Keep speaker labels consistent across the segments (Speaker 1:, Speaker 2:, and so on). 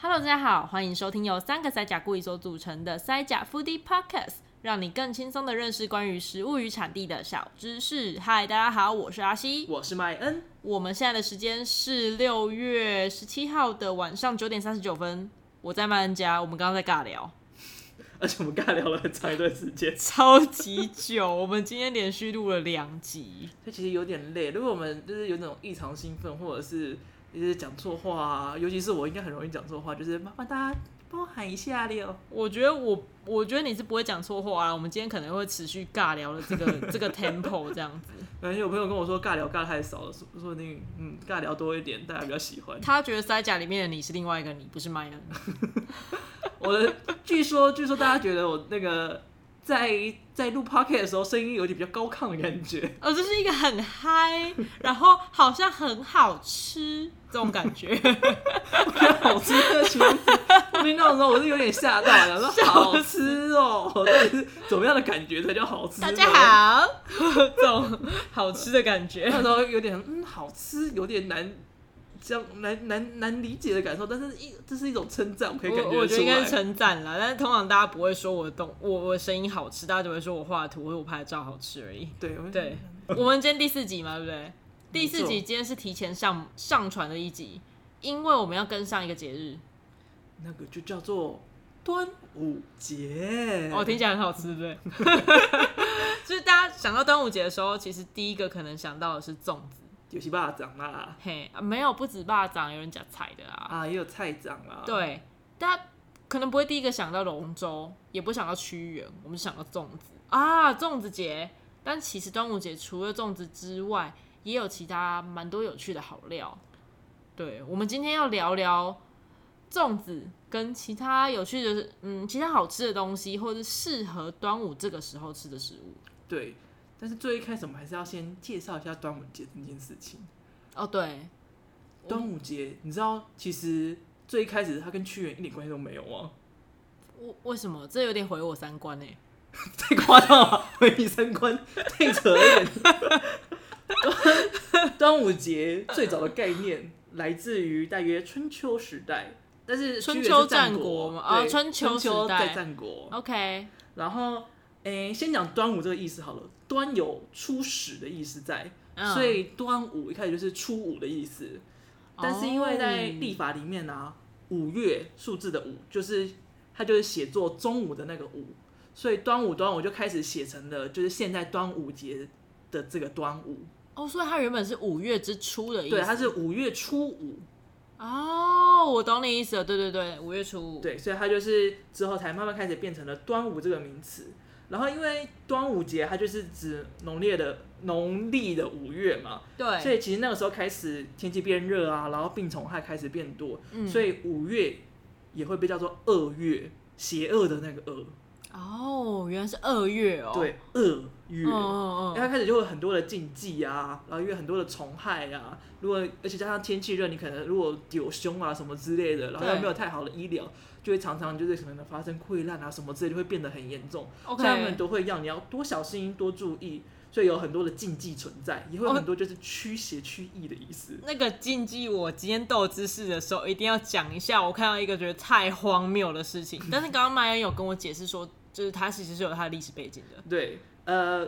Speaker 1: Hello，大家好，欢迎收听由三个塞甲故意所组成的塞甲 Foodie Podcast，让你更轻松的认识关于食物与产地的小知识。嗨，大家好，我是阿西。
Speaker 2: 我是麦恩，
Speaker 1: 我们现在的时间是六月十七号的晚上九点三十九分，我在曼恩家，我们刚刚在尬聊，
Speaker 2: 而且我们尬聊了很长一段时间，
Speaker 1: 超级久，我们今天连续录了两集，
Speaker 2: 所以其实有点累。如果我们就是有那种异常兴奋，或者是就是讲错话啊，尤其是我应该很容易讲错话，就是麻烦大家帮我喊一下了。
Speaker 1: 我觉得我，我觉得你是不会讲错话啊。我们今天可能会持续尬聊的这个这个 tempo 这样子。。
Speaker 2: 而且有朋友跟我说尬聊尬太少了，说说不定嗯尬聊多一点，大家比较喜欢
Speaker 1: 他觉得塞甲里面的你是另外一个你，不是麦恩。
Speaker 2: 我的据说据说大家觉得我那个在在录 p o c k e t 的时候声音有点比较高亢的感觉，
Speaker 1: 哦，就是一个很嗨，然后好像很好吃这种感 觉，
Speaker 2: 我 觉得好吃的形容词。我听到的时候我是有点吓到，想说好吃哦、到底是怎么样的感觉才叫好吃？
Speaker 1: 大家。好， 这种好吃的感觉。
Speaker 2: 那时候有点嗯，好吃，有点难，这样难难难理解的感受，但是一这是一种称赞，我可以感
Speaker 1: 我我
Speaker 2: 得
Speaker 1: 觉
Speaker 2: 出
Speaker 1: 得应该是
Speaker 2: 来。
Speaker 1: 称赞啦，但是通常大家不会说我的动我我的声音好吃，大家只会说我画的图或者我拍的照好吃而已。
Speaker 2: 对我
Speaker 1: 对，我们今天第四集嘛，对不对？第四
Speaker 2: 没错
Speaker 1: 集今天是提前上上传的一集，因为我们要跟上一个节日。
Speaker 2: 那个就叫做端午节。
Speaker 1: 哦，听起来很好吃，对不对？ 就是大家想到端午节的时候，其实第一个可能想到的是粽子，
Speaker 2: 有西巴掌啦，
Speaker 1: 嘿，啊没有不止霸掌，有人夹菜的啊，
Speaker 2: 啊也有菜掌啦。，
Speaker 1: 对，大家可能不会第一个想到龙舟，也不会想到屈原，我们就想到粽子啊，粽子节。但其实端午节除了粽子之外，也有其他蛮多有趣的好料。对，我们今天要聊聊粽子跟其他有趣的，嗯，其他好吃的东西，或者是适合端午这个时候吃的食物。
Speaker 2: 对。但是最一开始，我们还是要先介绍一下端午节这件事情。
Speaker 1: 哦，对，
Speaker 2: 端午节，你知道，其实最一开始它跟屈原一点关系都没有 啊，
Speaker 1: 我为什么这有点毁我三观欸呢、
Speaker 2: 太夸张了吧，毁你三观，太扯了一点。端端午节最早的概念来自于大约春秋时代，但是屈
Speaker 1: 春
Speaker 2: 原是
Speaker 1: 秋
Speaker 2: 战
Speaker 1: 战国嘛
Speaker 2: 对
Speaker 1: 哦春秋
Speaker 2: 春秋
Speaker 1: 时代
Speaker 2: 在战国。
Speaker 1: OK，
Speaker 2: 然后，诶、先讲端午这个意思好了。端有初始的意思在，
Speaker 1: 嗯
Speaker 2: 所以端午一开始就是初五的意思。但是因为
Speaker 1: 哦
Speaker 2: 在历法里面啊，五月数字的五就是它就是写作中午的那个午，所以端午端午就开始写成了就是现在端午节的这个端午，
Speaker 1: 哦，所以它原本是五月之初的意思。
Speaker 2: 对，它是五月初五，
Speaker 1: 哦，我懂你意思了。对对对，五月初五。，
Speaker 2: 对，所以它就是之后才慢慢开始变成了端午这个名词。然后因为端午节它就是指农历的农历的五月嘛，
Speaker 1: 对
Speaker 2: 所以其实那个时候开始天气变热啊，然后病虫害开始变多，
Speaker 1: 嗯
Speaker 2: 所以五月也会被叫做恶月，邪恶的那个恶，
Speaker 1: 哦，原来是二月哦。，
Speaker 2: 对，恶月。
Speaker 1: 嗯嗯
Speaker 2: 因为
Speaker 1: 嗯，
Speaker 2: 它开始就会有很多的禁忌啊，然后因为很多的虫害啊，如果而且加上天气热，你可能如果有胸啊什么之类的，然后又
Speaker 1: 对
Speaker 2: 没有太好的医疗，就会常常就是可能发生溃烂啊什么之类，就会变得很严重。
Speaker 1: OK
Speaker 2: 所以他们都会要你要多小心多注意，所以有很多的禁忌存在，也会有
Speaker 1: 哦
Speaker 2: 很多就是驱邪驱疫的意思。
Speaker 1: 那个禁忌，我今天斗知识的时候一定要讲一下。我看到一个觉得太荒谬的事情，但是刚刚麦恩有跟我解释说，就是它其实是有它的历史背景的。
Speaker 2: 对，呃，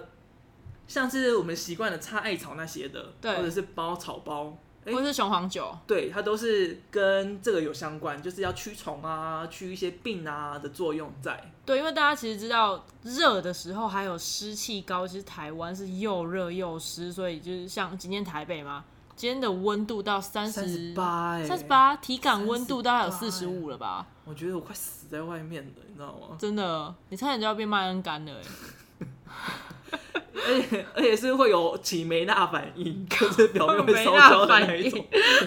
Speaker 2: 像是我们习惯的插艾草那些的，
Speaker 1: 对
Speaker 2: 或者是包草包，哎
Speaker 1: 或是雄黄酒，
Speaker 2: 对，它都是跟这个有相关，就是要驱虫啊、驱一些病啊的作用在。
Speaker 1: 对，因为大家其实知道，热的时候还有湿气高，其实台湾是又热又湿，所以就是像今天台北嘛，今天的温度到三十
Speaker 2: 38欸
Speaker 1: 三十八，体感温度大概有四
Speaker 2: 38
Speaker 1: 十
Speaker 2: 欸
Speaker 1: 五了吧？
Speaker 2: 我觉得我快死在外面了，你知道吗？
Speaker 1: 真的，你差点就要变麦恩干了、欸，
Speaker 2: 而且而且是会有起霉蜡反应，就是表面会
Speaker 1: 没
Speaker 2: 烧
Speaker 1: 辣
Speaker 2: 焦的
Speaker 1: 反
Speaker 2: 那一
Speaker 1: 应
Speaker 2: 种。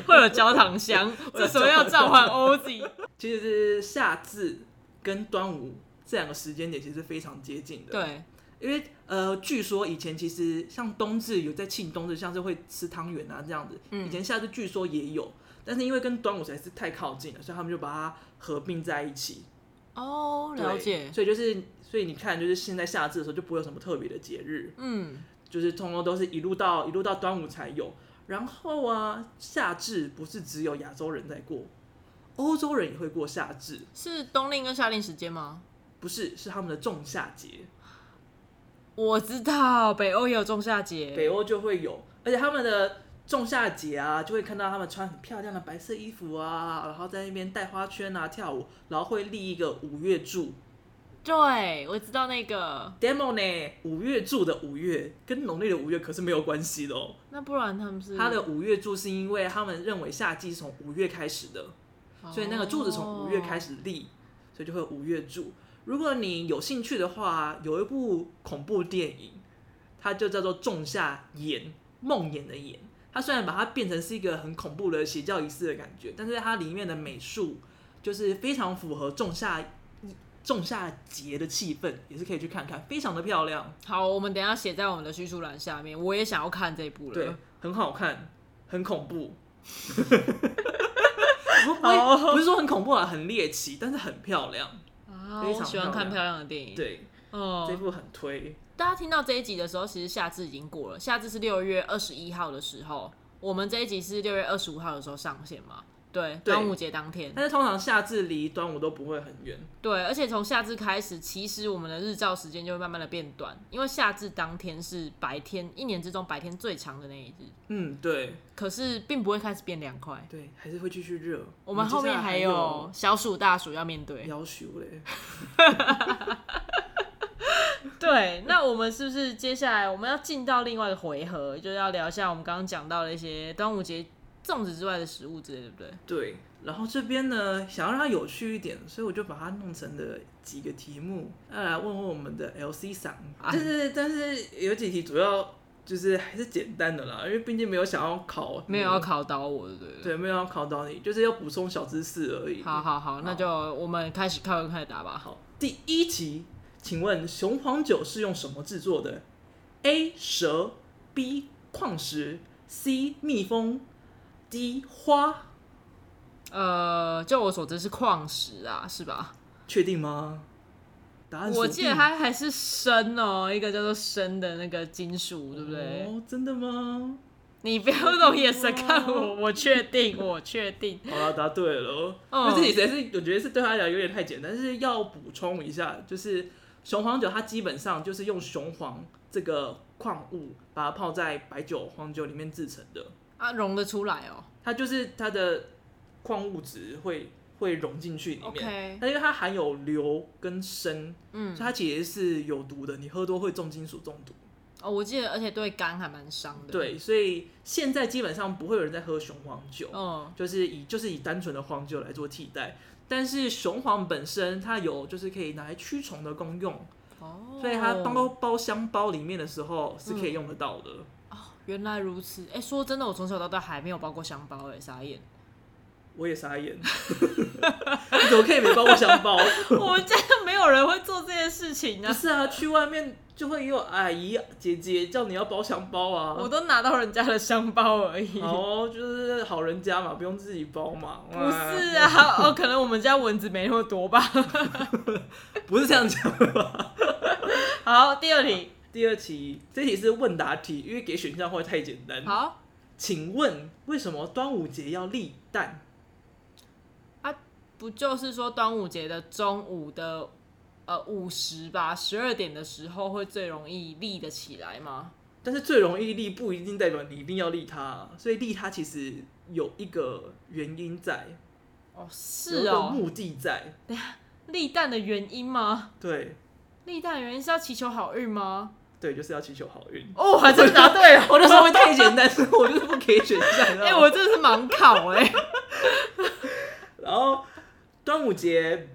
Speaker 1: 会有焦糖香，这时候要召唤 OZ。
Speaker 2: 其实是夏至跟端午这两个时间点其实非常接近的。，
Speaker 1: 对，
Speaker 2: 因为呃，据说以前其实像冬至有在庆冬至，像是会吃汤圆啊这样子。
Speaker 1: 嗯
Speaker 2: 以前夏至据说也有，但是因为跟端午实在是太靠近了，所以他们就把它合并在一起。
Speaker 1: 哦，了
Speaker 2: 对
Speaker 1: 解，
Speaker 2: 所以就是，所以你看，就是现在夏至的时候就不会有什么特别的节日，
Speaker 1: 嗯，
Speaker 2: 就是通通都是一路到一路到端午才有。然后啊，夏至不是只有亚洲人在过，欧洲人也会过夏至，
Speaker 1: 是冬令跟夏令时间吗？
Speaker 2: 不是，是他们的仲夏节。
Speaker 1: 我知道北欧也有仲夏节，
Speaker 2: 北欧就会有，而且他们的仲夏节啊，就会看到他们穿很漂亮的白色衣服啊，然后在那边戴花圈啊跳舞，然后会立一个五月柱
Speaker 1: 对我知道那个，
Speaker 2: demo 呢。五月柱的五月跟农历的五月可是没有关系的哦。
Speaker 1: 那不然他们是哦
Speaker 2: 它的五月柱是因为他们认为夏季是从五月开始的，所以那个柱子从五月开
Speaker 1: 始，
Speaker 2: 始立，所以就会有五月柱。如果你有兴趣的话，有一部恐怖电影，它就叫做《仲夏炎》，梦魇的魇。它虽然把它变成是一个很恐怖的邪教仪式的感觉，但是它里面的美术就是非常符合仲夏仲夏节的气氛，也是可以去看看，非常的漂亮，
Speaker 1: 好，我们等一下写在我们的叙述栏下面，我也想要看这一部了。
Speaker 2: 对，很好看，很恐怖。
Speaker 1: 不会
Speaker 2: 不是说很恐怖啊，很猎奇，但是很漂亮。
Speaker 1: 啊，
Speaker 2: 非常
Speaker 1: 我喜欢看
Speaker 2: 漂亮
Speaker 1: 漂亮的电影。，
Speaker 2: 对，这
Speaker 1: 哦，
Speaker 2: 部很推。
Speaker 1: 大家听到这一集的时候，其实夏至已经过了，夏至是六月二十一号的时候，我们这一集是六月二十五号的时候上线嘛？对，
Speaker 2: 对
Speaker 1: 端午节当天。
Speaker 2: 但是通常夏至离端午都不会很远，
Speaker 1: 对，而且从夏至开始，其实我们的日照时间就会慢慢的变短，因为夏至当天是白天，一年之中白天最长的那一日，
Speaker 2: 嗯，对
Speaker 1: 可是并不会开始变凉快。
Speaker 2: 对，还是会继续热。
Speaker 1: 我们后
Speaker 2: 接
Speaker 1: 面
Speaker 2: 下来
Speaker 1: 还
Speaker 2: 还
Speaker 1: 有小暑、大暑要面对。
Speaker 2: 要求嘞，
Speaker 1: 对，那我们是不是接下来我们要进到另外一个回合，就是要聊一下我们刚刚讲到的一些端午节粽子之外的食物之类，对不对？
Speaker 2: 对。然后这边呢，想要让它有趣一点，所以我就把它弄成了几个题目，要来问问我们的 LC 嗓。
Speaker 1: 啊
Speaker 2: 但是但是有几题主要就是还是简单的啦，因为毕竟没有想要考，
Speaker 1: 没有要，考倒我，对不对？
Speaker 2: 对，没有要考到你，就是要补充小知识而已。
Speaker 1: 好好好，那就我们开始靠开始打吧。
Speaker 2: 好，第一题，请问雄黄酒是用什么制作的？A. 蛇 B. 矿石 C. 蜜蜂 D. 花，
Speaker 1: 呃，就我所知是矿石啊，是吧？
Speaker 2: 确定吗？答案
Speaker 1: 我
Speaker 2: 锁
Speaker 1: 记
Speaker 2: 定
Speaker 1: 得它还是砷哦，一个叫做砷的那个金属，对不对？
Speaker 2: 哦，真的吗？
Speaker 1: 你不要那种眼神看我，
Speaker 2: 哦
Speaker 1: 我确定，我确定。
Speaker 2: 好了，答对了。
Speaker 1: 哦
Speaker 2: 那这题实在是，我觉得是对他来讲有点太简单，但是要补充一下，就是雄黄酒它基本上就是用雄黄这个矿物把它泡在白酒、黄酒里面制成的。
Speaker 1: 啊，溶得出来哦。
Speaker 2: 它就是它的矿物质会会溶进去里面。
Speaker 1: OK，
Speaker 2: 那因为它含有硫跟砷，所
Speaker 1: 嗯
Speaker 2: 以，它其实是有毒的，你喝多会重金属中毒。
Speaker 1: 哦，我记得，而且对肝还蛮伤的。，
Speaker 2: 对，所以现在基本上不会有人在喝雄黄酒，
Speaker 1: 嗯，
Speaker 2: 就是以就是以单纯的黄酒来做替代。但是雄黄本身它有就是可以拿来驱虫的功用，
Speaker 1: 哦，嗯
Speaker 2: 所以它包包香包里面的时候是可以用得到的。
Speaker 1: 原来如此。哎、说真的，我从小到大还没有包过香包、哎，傻 眼。
Speaker 2: 我也傻眼， 你怎么可以没包过香包？
Speaker 1: 我们家没有人会做这件事情
Speaker 2: 不
Speaker 1: 啊，
Speaker 2: 是啊，去外面就会有阿姨姐姐叫你要包香包
Speaker 1: 我
Speaker 2: 啊。
Speaker 1: 都拿到人家的香包而已。
Speaker 2: 哦，就是好人家嘛，不用自己包嘛。
Speaker 1: 不是啊，哦，可能我们家蚊子没那么多 吧。
Speaker 2: 哎，不是这样讲。
Speaker 1: 好，第二题，
Speaker 2: 第二题，这题是问答题，因为给选项会太简单。，
Speaker 1: 好
Speaker 2: 请问为什么端午节要立蛋？
Speaker 1: 啊，不就是说端午节的中午的呃午时吧，十二点的时候会最容易立得起来吗？
Speaker 2: 但是最容易立不一定代表你一定要立它，所以立它其实有一个原因在，
Speaker 1: 哦，
Speaker 2: 有一
Speaker 1: 是
Speaker 2: 个
Speaker 1: 哦，
Speaker 2: 目的在。
Speaker 1: 立蛋的原因吗？
Speaker 2: 对
Speaker 1: 立蛋的原因是要祈求好运吗？
Speaker 2: 对，就是要祈求好 运。
Speaker 1: 哦，我还真的答对 了，
Speaker 2: 我那时候会太简单，所以我就是不给选项。你知道吗
Speaker 1: 哎、我真的是盲考哎、
Speaker 2: 然后端午节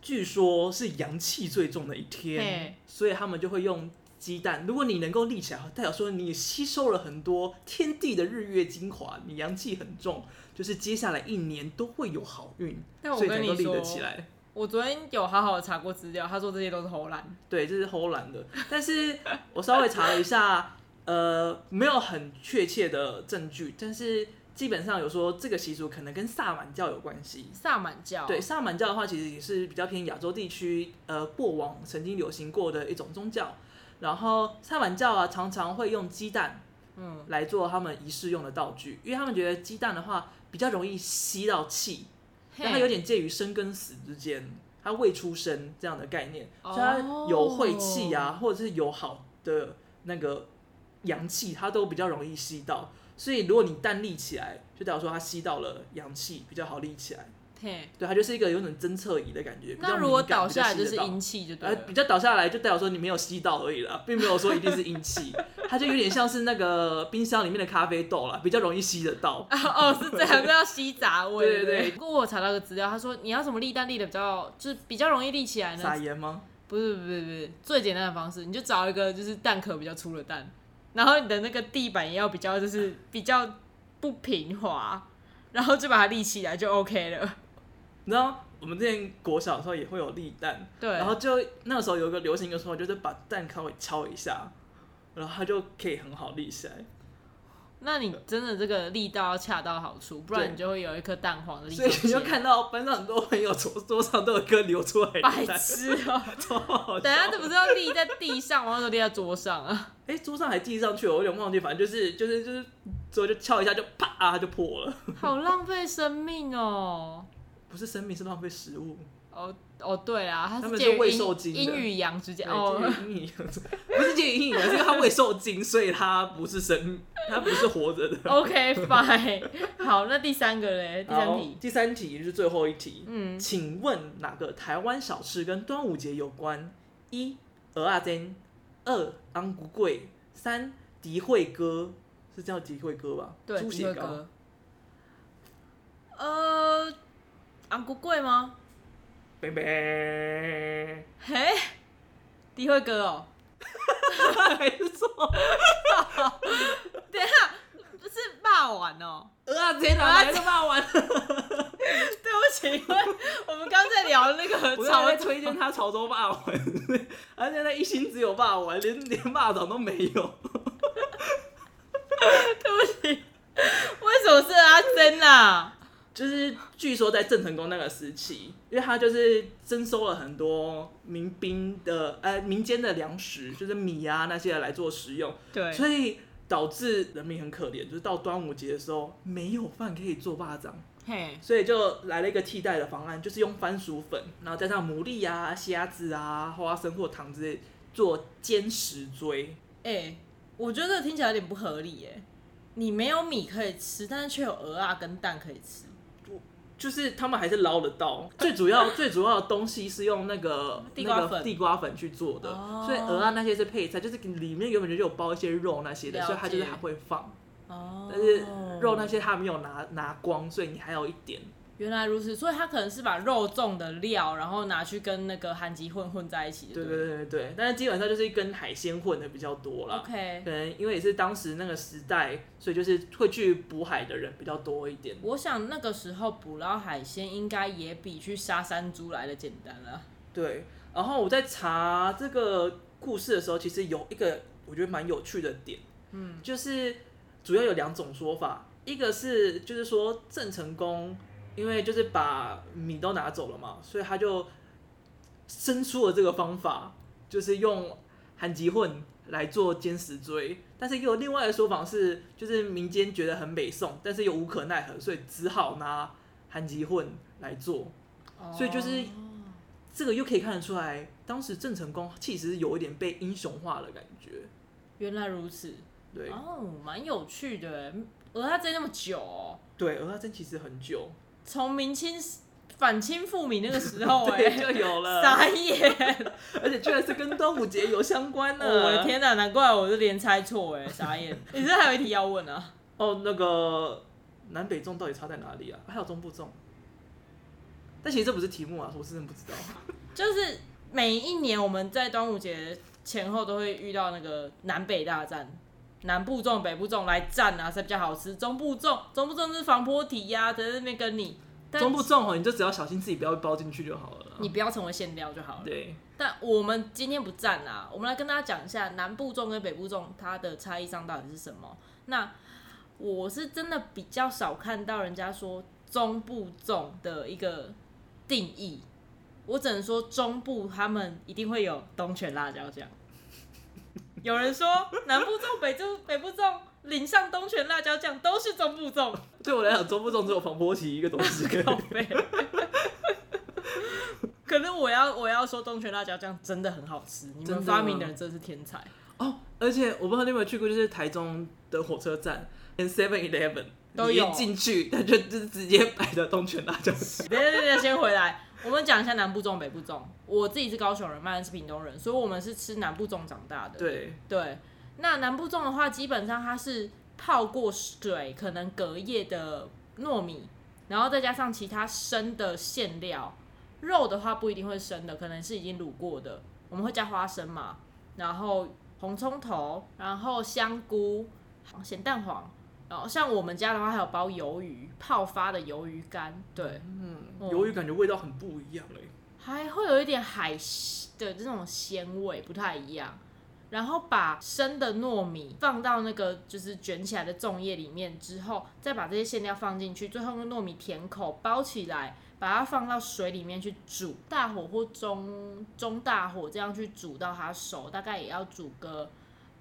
Speaker 2: 据说是阳气最重的一 天
Speaker 1: 嘿，
Speaker 2: 所以他们就会用鸡蛋。如果你能够立起来，代表说你吸收了很多天地的日月精华，你阳气很重，就是接下来一年都会有好运，
Speaker 1: 但我
Speaker 2: 所以
Speaker 1: 跟
Speaker 2: 能够
Speaker 1: 你
Speaker 2: 立
Speaker 1: 说
Speaker 2: 得，起来。
Speaker 1: 我昨天有好好的查过资料，他说这些都是偷懒。
Speaker 2: 对，这是偷懒的。但是我稍微查了一下，呃，没有很确切的证据，但是基本上有说这个习俗可能跟萨满教有关系。
Speaker 1: 萨满教，
Speaker 2: 对，萨满教的话，其实也是比较偏亚洲地区，呃，过往曾经流行过的一种宗教。然后萨满教啊，常常会用鸡蛋
Speaker 1: 嗯，
Speaker 2: 来做他们仪式用的道具，因为他们觉得鸡蛋的话比较容易吸到气，但它有点介于生跟死之间，它未出生这样的概念，所以它有晦气啊，或者是有好的那个阳气，它都比较容易吸到。所以如果你蛋立起来，就代表说它吸到了阳气，比较好立起来。
Speaker 1: 嘿，
Speaker 2: 对，它就是一个有种侦测仪的感觉。比较
Speaker 1: 那如果
Speaker 2: 敏感
Speaker 1: 倒下来
Speaker 2: 比较
Speaker 1: 就
Speaker 2: 吸
Speaker 1: 是
Speaker 2: 得到
Speaker 1: 阴气，就对
Speaker 2: 呃，
Speaker 1: 了
Speaker 2: 比较倒下来就代表说你没有吸到而已啦，并没有说一定是阴 气，它就有点像是那个冰箱里面的咖啡豆啦，比较容易吸得到。
Speaker 1: 哦，是这 样，不要吸杂味。
Speaker 2: 对对对
Speaker 1: 不过我查到个资料，他说你要怎么立蛋立的比较，就是比较容易立起来
Speaker 2: 撒
Speaker 1: 呢？
Speaker 2: 盐吗？
Speaker 1: 不是不是不是，最简单的方式，你就找一个就是蛋壳比较粗的蛋，然后你的那个地板也要比较就是比较不平滑，然后就把它立起来就 OK 了。
Speaker 2: 你知道我们之前国小的时候也会有立蛋，
Speaker 1: 对，
Speaker 2: 然后就那个时候有一个流行的说法，就是把蛋稍微敲一下，然后它就可以很好立起来。
Speaker 1: 那你真的这个力道要恰到好处，不然
Speaker 2: 对
Speaker 1: 你就会有一颗蛋黄的力
Speaker 2: 所以你就
Speaker 1: 道
Speaker 2: 看到班上很多朋友桌桌上都有一颗流出来的
Speaker 1: 白
Speaker 2: 蛋，
Speaker 1: 痴哦、
Speaker 2: 超好笑
Speaker 1: 等一下这不是要立在地上，然后就立在桌上啊？
Speaker 2: 哎、桌上还递上去，我有点忘记，反正就是就是就是，之后就敲一下就啪啊，它就破了。
Speaker 1: 好浪费生命哦、
Speaker 2: 不是生命，是浪费食物。
Speaker 1: 哦哦，对啦，它
Speaker 2: 他们
Speaker 1: 介
Speaker 2: 是
Speaker 1: 于
Speaker 2: 未
Speaker 1: 阴
Speaker 2: 受精的
Speaker 1: 阴与阳之
Speaker 2: 对
Speaker 1: 间 哦。
Speaker 2: 基于阴影，不是介于阴影，是因为它未受精，所以它不 是生，它不是活着的。
Speaker 1: OK fine，好，那第三个嘞，第三
Speaker 2: 好
Speaker 1: 题，
Speaker 2: 第三题就是最后一题。
Speaker 1: 嗯，
Speaker 2: 请问哪个台湾小吃跟端午节有关？一蚵仔煎，二昂古贵，三迪惠哥，是叫迪惠哥吧？
Speaker 1: 对，
Speaker 2: 猪
Speaker 1: 迪
Speaker 2: 血
Speaker 1: 会
Speaker 2: 糕。
Speaker 1: 哥，呃，昂古贵吗？
Speaker 2: 拜拜，
Speaker 1: 嘿， 迪会哥哦，
Speaker 2: 还是错？
Speaker 1: 等一下，是霸王哦。
Speaker 2: 蚵仔煎呃哪来的骂完？
Speaker 1: 对不起，因为我们刚在聊那个
Speaker 2: 我
Speaker 1: 潮
Speaker 2: 刚才在推荐他潮州霸王， 他现在一心只有霸王，连连霸掌都没有。
Speaker 1: 为什么是阿珍啊？
Speaker 2: 就是据说在郑成功那个时期，因为他就是征收了很多民兵的呃民间的粮食，就是米啊那些来做食用，
Speaker 1: 对，
Speaker 2: 所以导致人民很可怜，就是到端午节的时候没有饭可以做霸掌，
Speaker 1: 嘿，
Speaker 2: 所以就来了一个替代的方案，就是用番薯粉，然后加上牡蛎啊、虾子啊、花生或糖之类做煎食锥。
Speaker 1: 哎、我觉得这听起来有点不合理耶。你没有米可以吃，但是却有鹅啊跟蛋可以吃。
Speaker 2: 就是他们还是捞得 到，最主要最主要的东西是用那个
Speaker 1: 地瓜粉
Speaker 2: 那个地瓜粉去做的，
Speaker 1: 哦
Speaker 2: 所以鹅啊那些是配菜，就是里面原本就有包一些肉那些的，
Speaker 1: 了解
Speaker 2: 所以它就是还会放，
Speaker 1: 哦
Speaker 2: 但是肉那些它没有拿拿光，所以你还有一点。
Speaker 1: 原来如此，所以他可能是把肉粽的料，然后拿去跟那个韩籍混混在一起。
Speaker 2: 对
Speaker 1: 不
Speaker 2: 对对对对，但是基本上就是跟海鲜混的比较多啦。
Speaker 1: OK，
Speaker 2: 可能因为也是当时那个时代，所以就是会去捕海的人比较多一点。
Speaker 1: 我想那个时候捕捞海鲜应该也比去杀山猪来的简单了。
Speaker 2: 对，然后我在查这个故事的时候，其实有一个我觉得蛮有趣的点，嗯，就是主要有两种说法，一个是就是说郑成功因为就是把米都拿走了嘛，所以他就生出了这个方法，就是用含吉混来做煎石锥。但是也有另外的说法是，就是民间觉得很北宋，但是又无可奈何，所以只好拿含吉混来做。
Speaker 1: 啊
Speaker 2: 所以就是
Speaker 1: 哦
Speaker 2: 这个又可以看得出来，当时郑成功其实有一点被英雄化的感觉。
Speaker 1: 原来如此，
Speaker 2: 对、
Speaker 1: 哦，蛮有趣的。鹅它蒸那么久、哦，
Speaker 2: 对，而他真其实很久，
Speaker 1: 从明清反清复明那个时候、
Speaker 2: 对
Speaker 1: 哎，
Speaker 2: 就有了，
Speaker 1: 傻眼！
Speaker 2: 而且居然是跟端午节有相关
Speaker 1: 哦我的
Speaker 2: 呢。
Speaker 1: 天哪，难怪我是连猜错， 哎，傻眼。你这还有一题要问啊？
Speaker 2: 哦，那个南北粽到底差在哪里啊？还有中部粽，但其实这不是题目啊，我是真的不知道。
Speaker 1: 就是每一年我们在端午节前后都会遇到那个南北大战，南部粽、北部粽来战啊，谁比较好吃？中部粽，中部粽是防波堤呀、在那边跟你，但
Speaker 2: 中部粽哦，你就只要小心自己不要被包进去就好了啦。
Speaker 1: 你不要成为馅料就好了。
Speaker 2: 对，
Speaker 1: 但我们今天不站啦，我们来跟大家讲一下南部粽跟北部粽它的差异上到底是什么。那我是真的比较少看到人家说中部粽的一个定义，我只能说中部他们一定会有东泉辣椒酱。有人说南部粽、北部北部粽淋上东泉辣椒酱都是中部粽，
Speaker 2: 对我来讲，中部粽只有防波奇一个东西可以
Speaker 1: 靠背。 可是我要我要说东泉辣椒酱真的很好吃，你
Speaker 2: 真的
Speaker 1: 们发明的人真是天才。
Speaker 2: 哦。而且我不知道你有没有去过，就是台中的火车站连 Seven Eleven
Speaker 1: 都有
Speaker 2: 进去，他就就是直接摆的东泉辣椒酱。
Speaker 1: 别别别，先回来，我们讲一下南部粽、北部粽。我自己是高雄人，曼恩是屏东人，所以我们是吃南部粽长大的。
Speaker 2: 对，
Speaker 1: 对，那南部粽的话，基本上它是泡过水，可能隔夜的糯米，然后再加上其他生的馅料。肉的话不一定会生的，可能是已经卤过的。我们会加花生嘛，然后红葱头，然后香菇、咸蛋黄。然后像我们家的话，还有包鱿鱼，泡发的鱿鱼干，对，嗯
Speaker 2: 鱿鱼感觉味道很不一样哎、
Speaker 1: 还会有一点海鲜的这种鲜味，不太一样。然后把生的糯米放到那个就是卷起来的粽叶里面之后，再把这些馅料放进去，最后用糯米填口包起来，把它放到水里面去煮，大火或中中大火这样去煮到它熟，大概也要煮个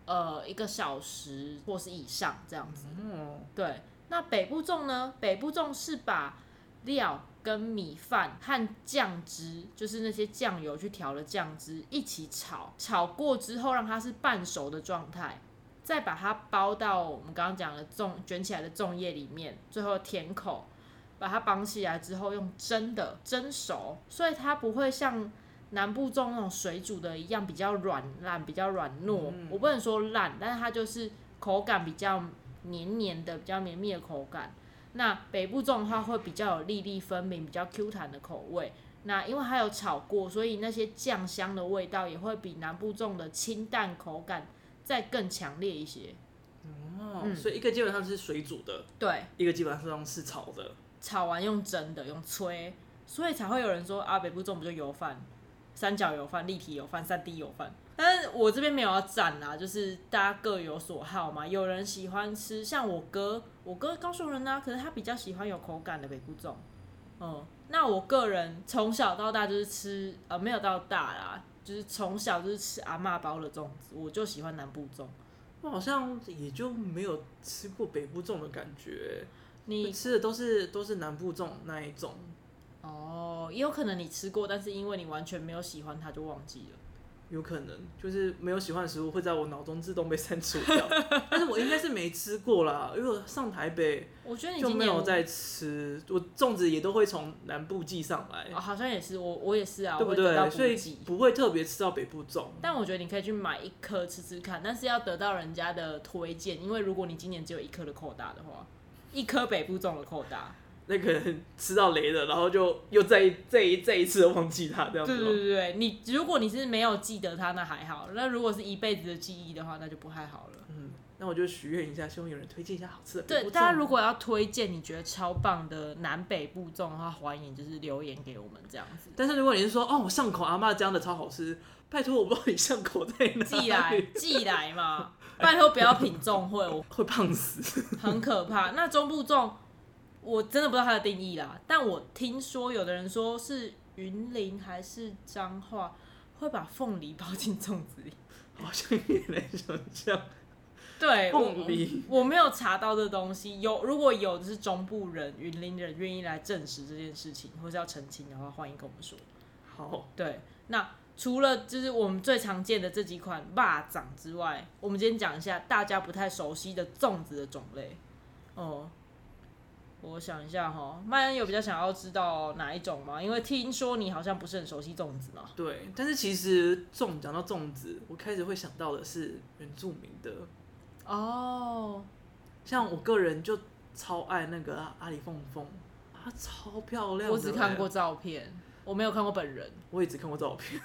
Speaker 1: 呃一个小时或是以上这样子。
Speaker 2: 嗯，
Speaker 1: 对，那北部粽呢？北部粽是把料跟米饭和酱汁，就是那些酱油去调的酱汁一起炒，炒过之后让它是半熟的状态，再把它包到我们刚刚讲的粽卷起来的粽叶里面，最后填口，把它绑起来之后用蒸的蒸熟，所以它不会像。南部粽那种水煮的一样比较软烂，比较软糯。我不能说烂，但是它就是口感比较黏黏的、比较绵密的口感。那北部粽的话会比较有粒粒分明、比较 Q 弹的口味。那因为它有炒过，所以那些酱香的味道也会比南部粽的清淡口感再更强烈一些。
Speaker 2: 哦，
Speaker 1: 嗯
Speaker 2: 所以一个基本上是水煮的，
Speaker 1: 对，
Speaker 2: 一个基本上是炒的。
Speaker 1: 炒完用蒸的，用吹，所以才会有人说啊，北部粽不就油饭、三角油饭、立体油饭、三 D 油饭。但是我这边没有要赞啦，就是大家各有所好嘛。有人喜欢吃，像我哥，我哥高雄人啊，可是他比较喜欢有口感的北部粽。嗯，那我个人从小到大就是吃，呃，没有到大啦，就是从小就是吃阿嬷包的粽子，我就喜欢南部粽。
Speaker 2: 我好像也就没有吃过北部粽的感觉，
Speaker 1: 你
Speaker 2: 吃的都是都是南部粽那一种。
Speaker 1: 哦，也有可能你吃过，但是因为你完全没有喜欢它，就忘记了。
Speaker 2: 有可能就是没有喜欢的食物会在我脑中自动被删除 掉，但是我应该是没吃过啦，因为我上台北
Speaker 1: 我觉得你
Speaker 2: 就
Speaker 1: 今
Speaker 2: 没
Speaker 1: 年
Speaker 2: 有在吃，我粽子也都会从南部寄上来，
Speaker 1: 哦好像也是我，我也是啊，
Speaker 2: 对不
Speaker 1: 我也得到
Speaker 2: 对？
Speaker 1: 补
Speaker 2: 所以
Speaker 1: 给
Speaker 2: 不会特别吃到北部粽。
Speaker 1: 但我觉得你可以去买一颗吃吃看，但是要得到人家的推荐，因为如果你今年只有一颗的扣打的话，一颗北部种的扣打，
Speaker 2: 那可能吃到雷了，然后就又再一再一再一次的忘记它这样
Speaker 1: 对
Speaker 2: 子哦
Speaker 1: 对
Speaker 2: 吗。
Speaker 1: 对对，你如果你是没有记得它，那还好；那如果是一辈子的记忆的话，那就不太好了。
Speaker 2: 嗯，那我就许愿一下，希望有人推荐一下好吃的北
Speaker 1: 对，
Speaker 2: 部粽。
Speaker 1: 大家如果要推荐你觉得超棒的南北部粽的话，欢迎就是留言给我们这样 子。
Speaker 2: 但是如果你是说哦，我巷口阿嬷家的超好吃，拜托我不知道你巷口在哪里，
Speaker 1: 寄来寄来嘛，拜托不要品种会，我
Speaker 2: 会胖死。
Speaker 1: 很可怕。那中部粽，我真的不知道它的定义啦，但我听说有的人说是云林还是彰化会把凤梨包进粽子里。
Speaker 2: 好像也能想象。
Speaker 1: 对，哎我
Speaker 2: 凤梨
Speaker 1: 我没有查到这东西。有如果有就是中部人、云林人愿意来证实这件事情，或是要澄清的话，欢迎跟我们说。
Speaker 2: 好，
Speaker 1: 对，那除了就是我们最常见的这几款蚂蚱之外，我们今天讲一下大家不太熟悉的粽子的种类。哦，我想一下哈，麦恩有比较想要知道哪一种吗？因为听说你好像不是很熟悉粽子嘛。
Speaker 2: 对，但是其实粽讲到粽子，我开始会想到的是原住民的，
Speaker 1: 哦，
Speaker 2: 像我个人就超爱那个阿里凤凤，她超漂亮的欸
Speaker 1: 我只看过，照片，我没有看过本人。
Speaker 2: 我也只看过照 片。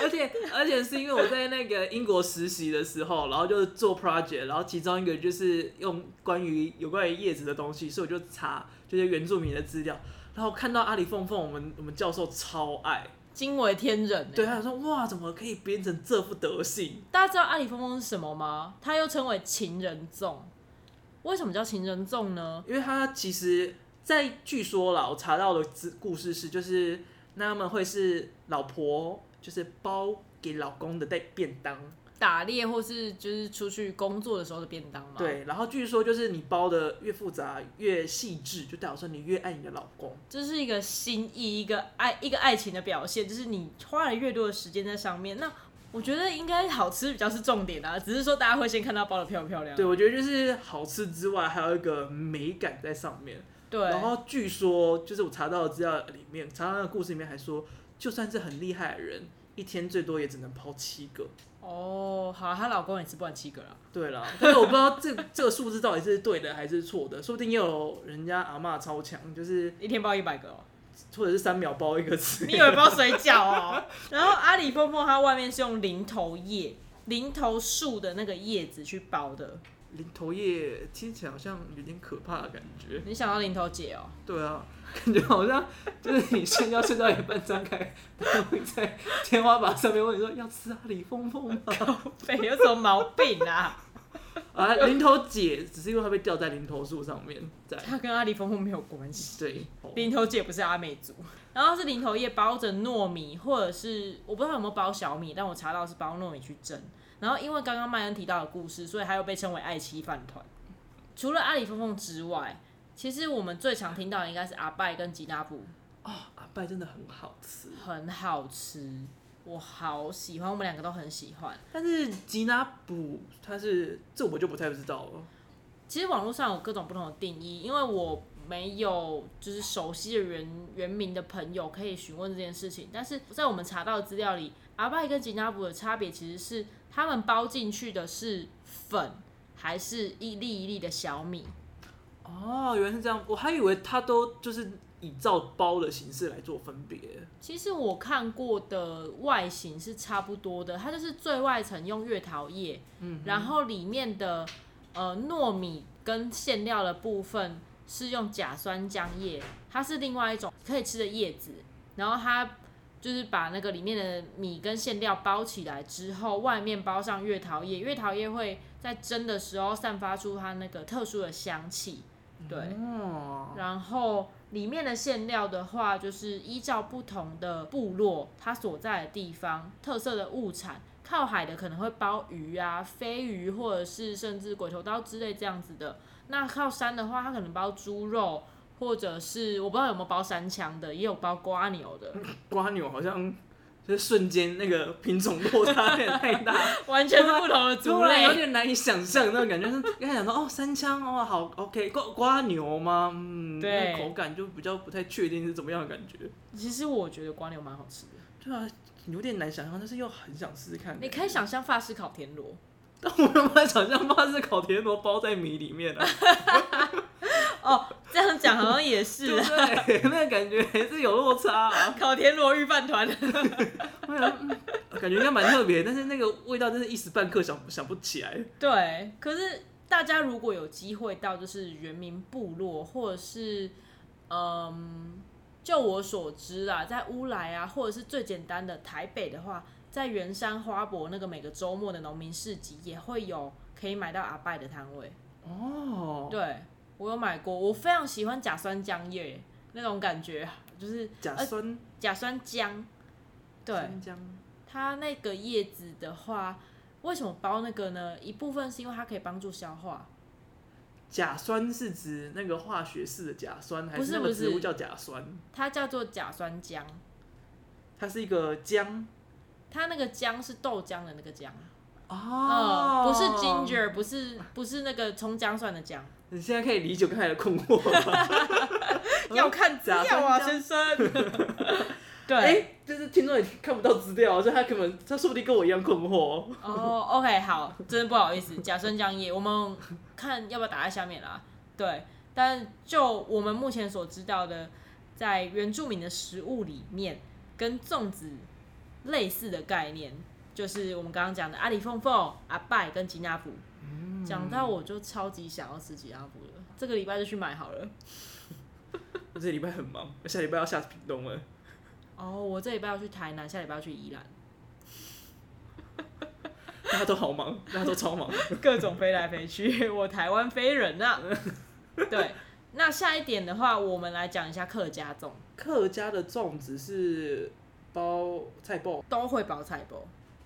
Speaker 2: 而且而且是因为我在那个英国实习的时候，然后就是做 project，然后其中一个就是用关于有关于叶子的东西，所以我就查就是原住民的资料，然后看到阿里凤凤，我们我们教授超爱，
Speaker 1: 惊为天人、欸！
Speaker 2: 对，他，想说哇，怎么可以编成这副德性？
Speaker 1: 大家知道阿里峰峰是什么吗？它又称为情人粽。为什么叫情人粽呢？
Speaker 2: 因为他其实，在据说啦，我查到的资故事是，就是那他们会是老婆就是包给老公的带便当，
Speaker 1: 打猎或是就是出去工作的时候的便当嘛。，
Speaker 2: 对，然后据说就是你包的越复杂越细致，就代表说你越爱你的老公。
Speaker 1: 这是一个心意，一个爱，一个爱情的表现，就是你花了越多的时间在上面。那我觉得应该好吃比较是重点啊，只是说大家会先看到包的漂不漂亮。
Speaker 2: 对，我觉得就是好吃之外，还有一个美感在上面。
Speaker 1: 对，
Speaker 2: 然后据说就是我查到的资料里面，查到那个故事里面还说，就算是很厉害的人，一天最多也只能抛七个。
Speaker 1: 哦，好啊，她老公也吃不完七个啦。
Speaker 2: 对啦， 但是我不知道这这个数字到底是对的还是错的，说不定也有人家阿嬷超强，就是
Speaker 1: 一天包一百个哦，
Speaker 2: 或者是三秒包一个 吃。
Speaker 1: 你以为包水饺哦？然后阿里凤凤它外面是用零头叶、零头树的那个叶子去包的。
Speaker 2: 零头叶听起来好像有点可怕的感觉。
Speaker 1: 你想到零头姐哦？
Speaker 2: 对啊，感觉好像就是你睡觉睡到一半张开，他会在天花板上面问你说要吃阿里凤凤吗？
Speaker 1: 对，有什么毛病啊？
Speaker 2: 啊，零头姐只是因为她被吊在零头树上面，在
Speaker 1: 它跟阿里凤凤没有关系。
Speaker 2: 对，
Speaker 1: 零头姐不是阿美族，然后是零头叶包着糯米，或者是我不知道有没有包小米，但我查到是包糯米去蒸。然后因为刚刚麦恩提到的故事，所以它又被称为爱妻饭团。除了阿里凤凤之外，其实我们最常听到的应该是阿拜跟吉纳布，
Speaker 2: 哦，阿拜真的很好吃，
Speaker 1: 很好吃，我好喜欢，我们两个都很喜欢。
Speaker 2: 但是吉拿卜它是这我就不太知道了。
Speaker 1: 其实网络上有各种不同的定义，因为我没有就是熟悉的原原名的朋友可以询问这件事情，但是在我们查到的资料里，阿拜跟吉纳卜的差别其实是他们包进去的是粉还是一粒一粒的小米，
Speaker 2: 哦，原来是这样，我还以为它都就是以照包的形式来做分别。
Speaker 1: 其实我看过的外形是差不多的，它就是最外层用月桃叶，嗯，然后里面的呃糯米跟馅料的部分是用甲酸浆叶，它是另外一种可以吃的叶子，然后它就是把那个里面的米跟馅料包起来之后，外面包上月桃叶，月桃叶会在蒸的时候散发出它那个特殊的香气，对，
Speaker 2: 哦，
Speaker 1: 然后里面的馅料的话，就是依照不同的部落它所在的地方特色的物产，靠海的可能会包鱼啊、飞鱼，或者是甚至鬼头刀之类这样子的。那靠山的话，它可能包猪肉，或者是我不知道有没有包山枪的，也有包瓜牛 的，
Speaker 2: 瓜牛好像就是瞬间那个品种落差有点太大，
Speaker 1: 完全是不同的
Speaker 2: 突
Speaker 1: 族
Speaker 2: 然有
Speaker 1: 类。
Speaker 2: 点难以想象那种感觉。是刚才想说哦，三枪哦，好 OK，瓜瓜牛吗？嗯，
Speaker 1: 对
Speaker 2: 那口感就比较不太确定是怎么样的感觉。
Speaker 1: 其实我觉得瓜牛蛮好吃的，
Speaker 2: 对啊，有点难想象，但是又很想试试看。
Speaker 1: 你可以，想象法式烤田 螺。
Speaker 2: 但我没有办法想象巴是烤田螺包在米里 面啊，
Speaker 1: 哦，这样讲好像也
Speaker 2: 对
Speaker 1: 是
Speaker 2: 不
Speaker 1: 啊
Speaker 2: 对？那感觉还是有落差啊。
Speaker 1: 烤田螺预饭团。
Speaker 2: 我想说嗯感觉应该蛮特别，但是那个味道真是一时半刻想想不起来。
Speaker 1: 对，可是大家如果有机会到就是原民部落，或者是嗯，就我所知啦，在乌来啊，或者是最简单的台北的话，在圆山花博那个每个周末的农民市集也会有可以买到阿拜的摊位。
Speaker 2: 哦，
Speaker 1: 对我有买过，我非常喜欢甲酸浆叶那种感觉，就是
Speaker 2: 甲
Speaker 1: 呃
Speaker 2: 酸
Speaker 1: 甲酸浆。
Speaker 2: 呃
Speaker 1: 对，
Speaker 2: 酸浆
Speaker 1: 它那个叶子的话，为什么包那个呢？一部分是因为它可以帮助消化。
Speaker 2: 甲酸是指那个化学式的甲酸，还
Speaker 1: 不是
Speaker 2: 那
Speaker 1: 不
Speaker 2: 个
Speaker 1: 是
Speaker 2: 植物叫甲酸？
Speaker 1: 它叫做甲酸浆，
Speaker 2: 它是一个姜
Speaker 1: 它那个浆是豆浆的那个浆，嗯，
Speaker 2: 哦
Speaker 1: 不是 ginger，不是不是那个葱姜蒜的姜，
Speaker 2: 你现在可以理解我刚才的困惑了吧？
Speaker 1: 要看资料啊，
Speaker 2: 甲酸
Speaker 1: 先生。
Speaker 2: 哎、
Speaker 1: 对，
Speaker 2: 就是听众也看不到资料，所以他根本他说不定跟我一样困惑。
Speaker 1: 哦、o k 好，真的不好意思，甲酸浆液，我们看要不要打在下面啦。对，但就我们目前所知道的，在原住民的食物里面，跟粽子类似的概念，就是我们刚刚讲的阿里凤凤、阿拜跟吉纳布。讲到我就超级想要吃吉纳布了，这个礼拜就去买好了。
Speaker 2: 我 这礼拜很忙，我下礼拜要下屏东了。
Speaker 1: 哦、我这礼拜要去台南，下礼拜要去宜兰，
Speaker 2: 大家都好忙，大家都超忙。
Speaker 1: 各种飞来飞去， 我台湾飞人呐、 对，那下一点的话，我们来讲一下客家粽，
Speaker 2: 客家的粽子是包菜包，
Speaker 1: 都会包菜包。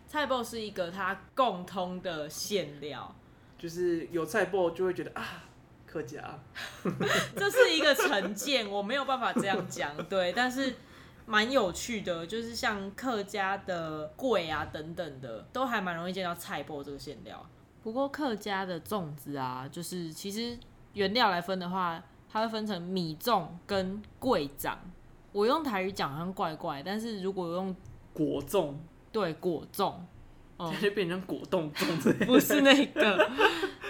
Speaker 1: 菜包是一个它共通的馅料，
Speaker 2: 就是有菜包就会觉得啊，客家
Speaker 1: 这是一个成见，我没有办法这样讲，对，但是蛮有趣的，就是像客家的桂啊等等的，都还蛮容易见到菜包这个馅料。不过客家的粽子啊，就是其实原料来分的话，它会分成米粽跟桂掌。我用台语讲好像怪怪，但是如果用
Speaker 2: 果粽，
Speaker 1: 对果粽，哦、
Speaker 2: 它就变成果冻粽子。
Speaker 1: 不 是那个，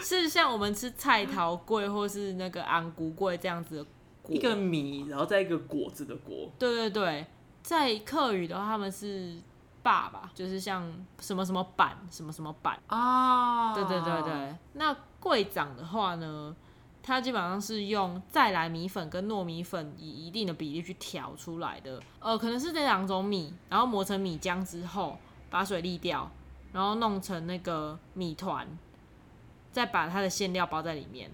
Speaker 1: 是像我们吃菜桃桂或是那个昂古桂这样子的果。
Speaker 2: 一个米，然后再一个果子的果，
Speaker 1: 对对对，在客语的话，他们是爸爸，就是像什么什么板，什么什么板。
Speaker 2: 啊
Speaker 1: 对对对，对，那贵长的话呢，它基本上是用再来米粉跟糯米粉以一定的比例去调出来的。呃，可能是这两种米，然后磨成米浆之后，把水沥掉，然后弄成那个米团，再把它的馅料包在里面，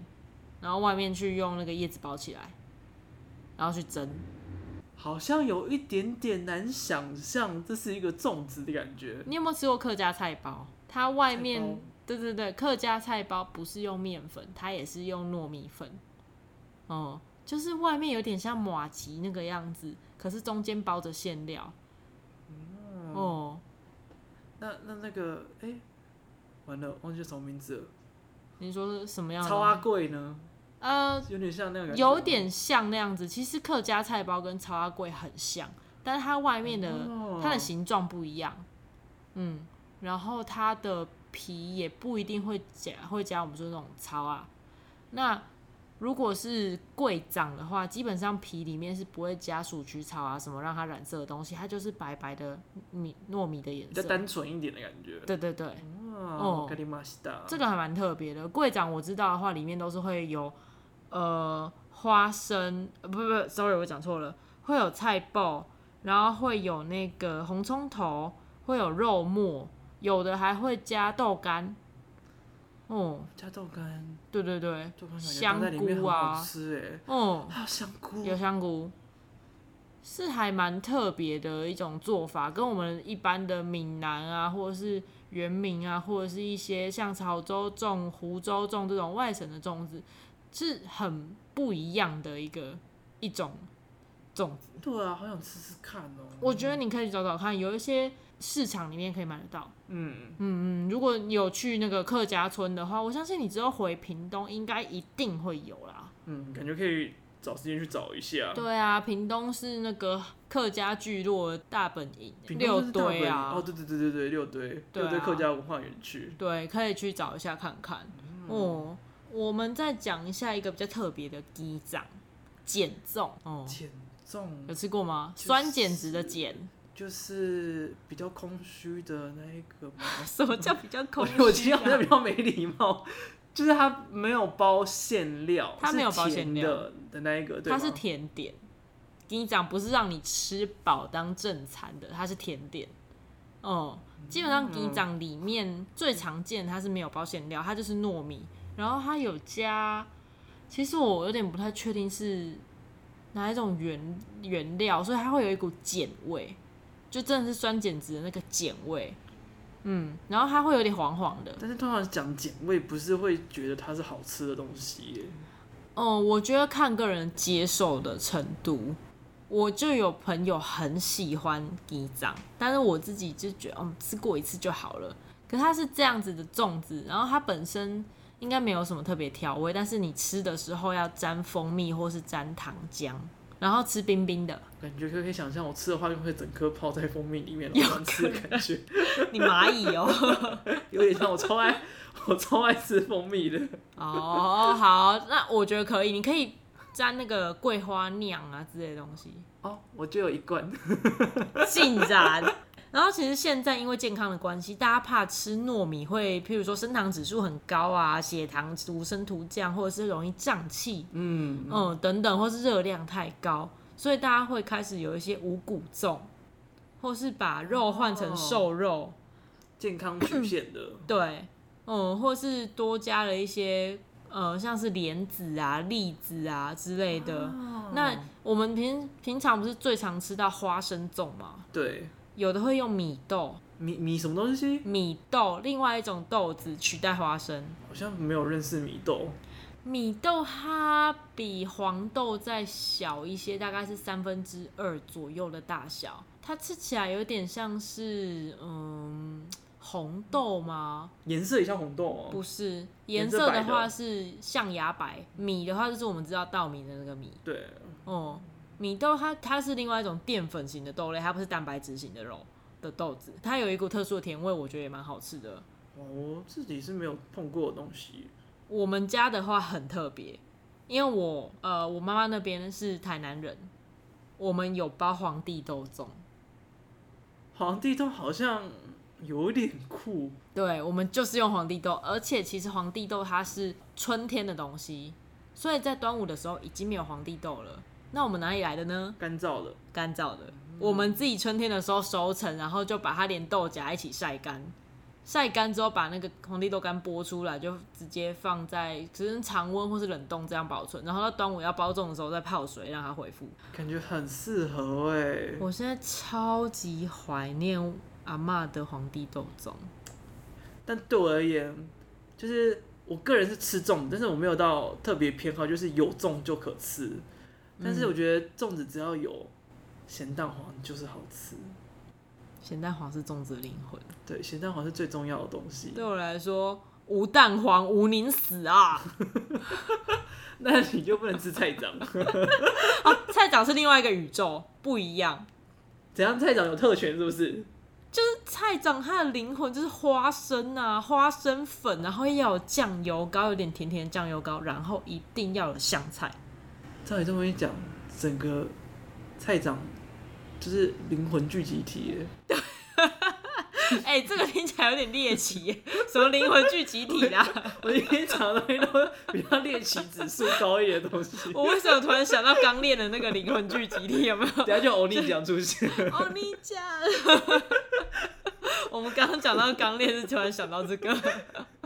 Speaker 1: 然后外面去用那个叶子包起来，然后去蒸。
Speaker 2: 好像有一点点难想象，这是一个粽子的感觉。
Speaker 1: 你有没有吃过客家菜包？它外面
Speaker 2: 菜包
Speaker 1: 对对对，客家菜包不是用面粉，它也是用糯米粉。哦、就是外面有点像马吉那个样子，可是中间包着馅料。
Speaker 2: 嗯
Speaker 1: 哦、
Speaker 2: 那那那个，哎、完了，忘记什么名字了。
Speaker 1: 你说是什么样的？
Speaker 2: 超阿贵呢，
Speaker 1: 呃，
Speaker 2: 有点像那个感觉
Speaker 1: 有点像那样子。其实客家菜包跟超阿贵很像，但是它外面的、
Speaker 2: 哦
Speaker 1: 它的形状不一样。嗯，然后它的皮也不一定会夹，会夹我们说那种糙啊。那如果是贵长的话，基本上皮里面是不会加鼠曲草啊什么让它染色的东西，它就是白白的米糯米的颜
Speaker 2: 比较
Speaker 1: 色。
Speaker 2: 单纯一点的感觉。
Speaker 1: 对对对，哦
Speaker 2: 哦，咖喱玛西达，
Speaker 1: 这个还蛮特别的。贵长我知道的话，里面都是会有呃花生，呃不不不，sorry，我讲错了，会有菜爆，然后会有那个红葱头，会有肉末，有的还会加豆干。哦、
Speaker 2: 加豆干，
Speaker 1: 对对对，
Speaker 2: 豆干感觉
Speaker 1: 香
Speaker 2: 放在里面
Speaker 1: 菇
Speaker 2: 很
Speaker 1: 啊
Speaker 2: 好吃哎、
Speaker 1: 哦、
Speaker 2: 还有香菇，
Speaker 1: 有香菇，是还蛮特别的一种做法，跟我们一般的闽南啊，或者是原民啊，或者是一些像潮州粽、湖州粽这种外省的粽子，是很不一样的一个一种粽子。
Speaker 2: 对啊，好想吃吃看哦、
Speaker 1: 我觉得你可以找找看，有一些市场里面可以买得到。
Speaker 2: 嗯，
Speaker 1: 嗯嗯，如果你有去那个客家村的话，我相信你之后回屏东应该一定会有啦。
Speaker 2: 嗯，感觉可以找时间去找一下。
Speaker 1: 对啊，屏东是那个客家聚落的大本营，
Speaker 2: 屏东
Speaker 1: 六
Speaker 2: 就是大
Speaker 1: 堆
Speaker 2: 本
Speaker 1: 啊，
Speaker 2: 哦，对对对对对，六堆，
Speaker 1: 对啊
Speaker 2: 六堆客家文化园区。
Speaker 1: 对，可以去找一下看看。哦，我们再讲一下一个比较特别的鸡掌碱粽，哦，
Speaker 2: 减重
Speaker 1: 有吃过吗？
Speaker 2: 就是
Speaker 1: 酸碱值的碱，
Speaker 2: 就是比较空虚的那一个吗？
Speaker 1: 什么叫比较 空虚、啊？
Speaker 2: 我觉得好像比较没礼貌， 就是它没有包馅料，
Speaker 1: 它没有包
Speaker 2: 是甜
Speaker 1: 馅料
Speaker 2: 的的那一个，对
Speaker 1: 它
Speaker 2: 吗？
Speaker 1: 是甜点，跟你讲不是让你吃饱当正餐的，它是甜点。哦、基本上鸡掌里面最常见它是没有包馅料，它就是糯米，然后它有加，其实我有点不太确定是哪一种原原料，所以它会有一股碱味，就真的是酸碱值的那个碱味。嗯，然后它会有点黄黄的，
Speaker 2: 但是通常讲碱味，不是会觉得它是好吃的东西耶。
Speaker 1: 哦，我觉得看个人接受的程度。我就有朋友很喜欢鸡掌，但是我自己就觉得，嗯，吃过一次就好了。可是它是这样子的粽子，然后它本身应该没有什么特别调味，但是你吃的时候要沾蜂蜜或是沾糖浆，然后吃冰冰的。
Speaker 2: 感觉可以想象，我吃的话就会整颗泡在蜂蜜里面，然后这样吃的感觉，
Speaker 1: 你蚂蚁哦。
Speaker 2: 有点像我超爱，我超爱吃蜂蜜的。
Speaker 1: 哦，好，那我觉得可以，你可以沾那个桂花酿啊之类的东西。
Speaker 2: 哦，我就有一罐，
Speaker 1: 竟然。然后其实现在因为健康的关系，大家怕吃糯米会，譬如说升糖指数很高啊，血糖独升图降，或者是容易胀气，
Speaker 2: 嗯，
Speaker 1: 嗯等等，或是热量太高，所以大家会开始有一些五谷粽，或是把肉换
Speaker 2: 哦
Speaker 1: 成瘦肉，
Speaker 2: 健康曲线 的，
Speaker 1: 对，嗯，或是多加了一些呃，像是莲子啊、栗子啊之类的。
Speaker 2: 哦
Speaker 1: 那我们平平常不是最常吃到花生粽吗？
Speaker 2: 对，
Speaker 1: 有的会用米豆，
Speaker 2: 米米什么东西？
Speaker 1: 米豆，另外一种豆子取代花生。
Speaker 2: 好像没有认识米豆。
Speaker 1: 米豆它比黄豆再小一些，大概是三分之二左右的大小。它吃起来有点像是嗯红豆吗？
Speaker 2: 颜色也像红豆哦。
Speaker 1: 不是，
Speaker 2: 颜
Speaker 1: 颜
Speaker 2: 色
Speaker 1: 色
Speaker 2: 白
Speaker 1: 的
Speaker 2: 的
Speaker 1: 话是象牙白，米的话就是我们知道稻米的那个米。
Speaker 2: 对，
Speaker 1: 哦、米豆它它是另外一种淀粉型的豆类，它不是蛋白质型的肉的豆子，它有一股特殊的甜味，我觉得也蛮好吃的。
Speaker 2: 我自己是没有碰过的东西。
Speaker 1: 我们家的话很特别，因为我呃我妈妈那边是台南人，我们有包皇帝豆粽，
Speaker 2: 皇帝豆好像有点酷，
Speaker 1: 对，我们就是用皇帝豆，而且其实皇帝豆它是春天的东西，所以在端午的时候已经没有皇帝豆了。那我们哪里来的呢？
Speaker 2: 干燥的。
Speaker 1: 干燥的。我们自己春天的时候收成，然后就把它连豆荚一起晒干，晒干之后把那个红地豆干剥出来，就直接放在只是常温或是冷冻这样保存，然后到端午要包粽的时候再泡水让它恢复。
Speaker 2: 感觉很适合哎、
Speaker 1: 我现在超级怀念阿嬷的皇帝豆粽，
Speaker 2: 但对我而言，就是我个人是吃粽，但是我没有到特别偏好，就是有粽就可吃。但是我觉得粽子只要有咸蛋黄就是好吃，
Speaker 1: 咸蛋黄是粽子的灵魂。
Speaker 2: 对，咸蛋黄是最重要的东西。
Speaker 1: 对我来说，无蛋黄无宁死啊！
Speaker 2: 那你就不能吃菜长？
Speaker 1: 菜长是另外一个宇宙，不一样。
Speaker 2: 怎样菜长有特权是不是？
Speaker 1: 就是菜长它的灵魂就是花生啊，花生粉，然后要有酱油膏，有点甜甜的酱油膏，然后一定要有香 菜。
Speaker 2: 照你这么一讲，整个菜长就是灵魂聚集体耶。
Speaker 1: 哎、这个听起来有点猎奇，什么灵魂聚集体啊 啦？
Speaker 2: 我今天讲的东西都比较猎奇指数高一点的 东西，
Speaker 1: 我为什么突然想到刚练的那个灵魂聚集体？有没有？
Speaker 2: 等下就欧尼讲出现。
Speaker 1: 哦，你讲。 我们刚刚讲到刚烈，是突然想到这个。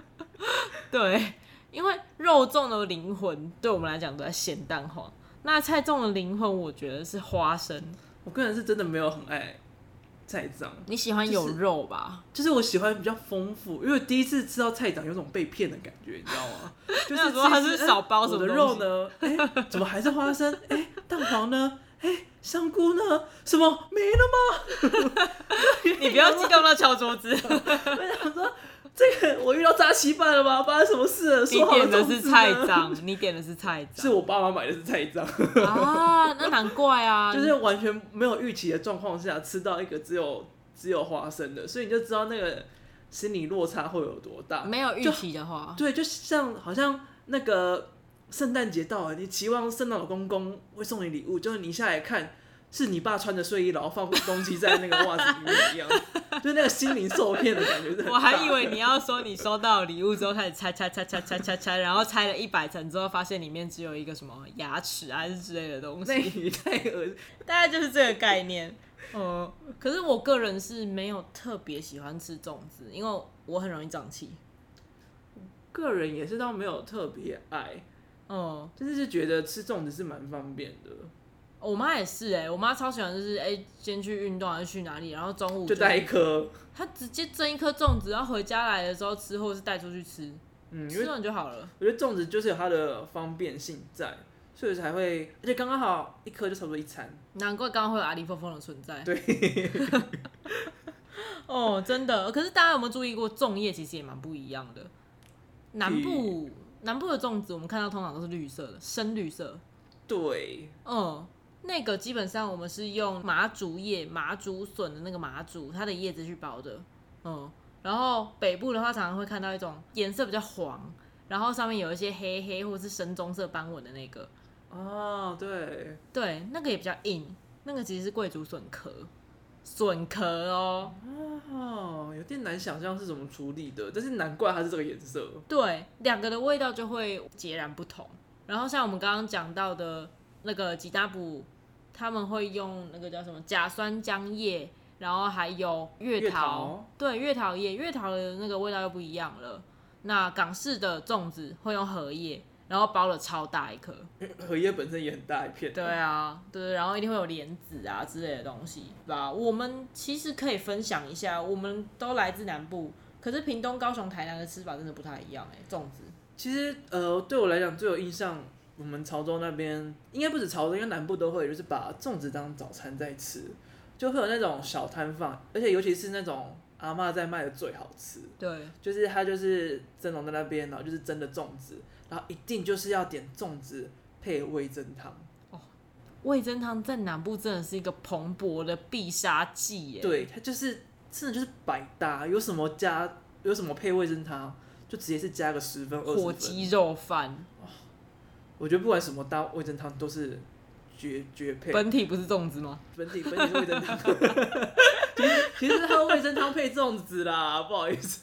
Speaker 1: 对，因为肉粽的灵魂对我们来讲都在咸蛋黄，那菜粽的灵魂我觉得是花生。
Speaker 2: 我个人是真的没有很爱菜长，
Speaker 1: 你喜欢有肉吧？
Speaker 2: 就是我喜欢比较丰富，因为第一次吃到菜长有种被骗的感觉，你知道吗？ 就
Speaker 1: 那
Speaker 2: 是
Speaker 1: 时候它
Speaker 2: 吃
Speaker 1: 是
Speaker 2: 一吃哎
Speaker 1: 少包什
Speaker 2: 我
Speaker 1: 么
Speaker 2: 的
Speaker 1: 东
Speaker 2: 肉
Speaker 1: 西
Speaker 2: 呢？哎、怎么还是花生？哎、蛋黄呢？哎、香菇呢？什么没了吗？
Speaker 1: 你不要激动到敲桌 子。
Speaker 2: 这个我遇到扎稀饭了吗？发生什么事了？
Speaker 1: 你
Speaker 2: 说好
Speaker 1: 点的
Speaker 2: 粽
Speaker 1: 是
Speaker 2: 子
Speaker 1: 菜
Speaker 2: 呢，
Speaker 1: 长，你点的是菜
Speaker 2: 是
Speaker 1: 长
Speaker 2: 我爸妈买的是菜长，
Speaker 1: 啊，那难怪啊。
Speaker 2: 就是完全没有预期的状况下吃到一个只有只有花生的，所以你就知道那个心理落差会有多大。
Speaker 1: 没有预
Speaker 2: 就
Speaker 1: 期的话，
Speaker 2: 对，就像好像那个圣诞节到了，你期望圣诞老公公会送你礼物，就是你下来看是你爸穿着睡衣，然后放东西在那个袜子里面一样，就是那个心灵受骗的感觉是很大的。
Speaker 1: 我还以为你要说你收到礼物之后开始拆拆拆拆拆拆拆，然后拆了一百层之后，发现里面只有一个什么牙齿啊还是之类的东
Speaker 2: 那
Speaker 1: 西，
Speaker 2: 你太恶心，
Speaker 1: 大概就是这个概念。嗯，可是我个人是没有特别喜欢吃粽子，因为我很容易胀气。
Speaker 2: 个人也是倒没有特别爱，
Speaker 1: 嗯，
Speaker 2: 就是是觉得吃粽子是蛮方便的，
Speaker 1: 我妈也是哎、我妈超喜欢就是哎、先去运动还是去哪里，然后中午
Speaker 2: 就带一颗，
Speaker 1: 她直接蒸一颗粽子，然后回家来的时候吃，或者是带出去吃，
Speaker 2: 嗯，因为
Speaker 1: 吃完就好了。
Speaker 2: 我觉得粽子就是有它的方便性在，所以才会，而且刚刚好一颗就差不多一餐。
Speaker 1: 难怪刚刚会有阿里峰峰的存在。
Speaker 2: 对，
Speaker 1: 哦，真的。可是大家有没有注意过，粽叶其实也蛮不一样的。南部南部的粽子，我们看到通常都是绿色的，深绿色。
Speaker 2: 对，
Speaker 1: 嗯，那个基本上我们是用麻竹叶、麻竹笋的那个麻竹，它的叶子去包的。嗯，然后北部的话，常常会看到一种颜色比较黄，然后上面有一些黑黑或是深棕色斑纹的那个，
Speaker 2: 哦，对，
Speaker 1: 对，那个也比较硬，那个其实是贵族笋壳，笋壳哦。
Speaker 2: 哦，有点难想象是怎么处理的，但是难怪它是这个颜色。
Speaker 1: 对，两个的味道就会截然不同。然后像我们刚刚讲到的那个吉大补，他们会用那个叫什么甲酸浆叶，然后还有月桃，
Speaker 2: 月桃
Speaker 1: 对，月桃叶，月桃的那个味道又不一样了。那港式的粽子会用荷叶，然后包了超大一颗。
Speaker 2: 荷叶本身也很大一片。
Speaker 1: 对啊，对，然后一定会有莲子啊之类的东西吧。我们其实可以分享一下，我们都来自南部，可是屏东、高雄、台南的吃法真的不太一样哎、粽子。
Speaker 2: 其实呃，对我来讲最有印象，我们潮州那边应该不止潮州，应该南部都会，就是把粽子当早餐在吃，就会有那种小摊贩，而且尤其是那种阿嬷在卖的最好吃，
Speaker 1: 对，
Speaker 2: 就是他就是蒸笼在那边，然后就是蒸的粽子，然后一定就是要点粽子配味增汤。
Speaker 1: 味增汤在南部真的是一个蓬勃的必杀技耶。
Speaker 2: 对，它就是真的就是百搭，有什么加有什么配味增汤，就直接是加个十分二十
Speaker 1: 火
Speaker 2: 分。
Speaker 1: 鸡肉饭，
Speaker 2: 我觉得不管什么搭味增汤都是绝绝配。
Speaker 1: 本体不是粽子吗？
Speaker 2: 本体本体是味增汤，其实其实是喝味增汤配粽子啦，不好意思。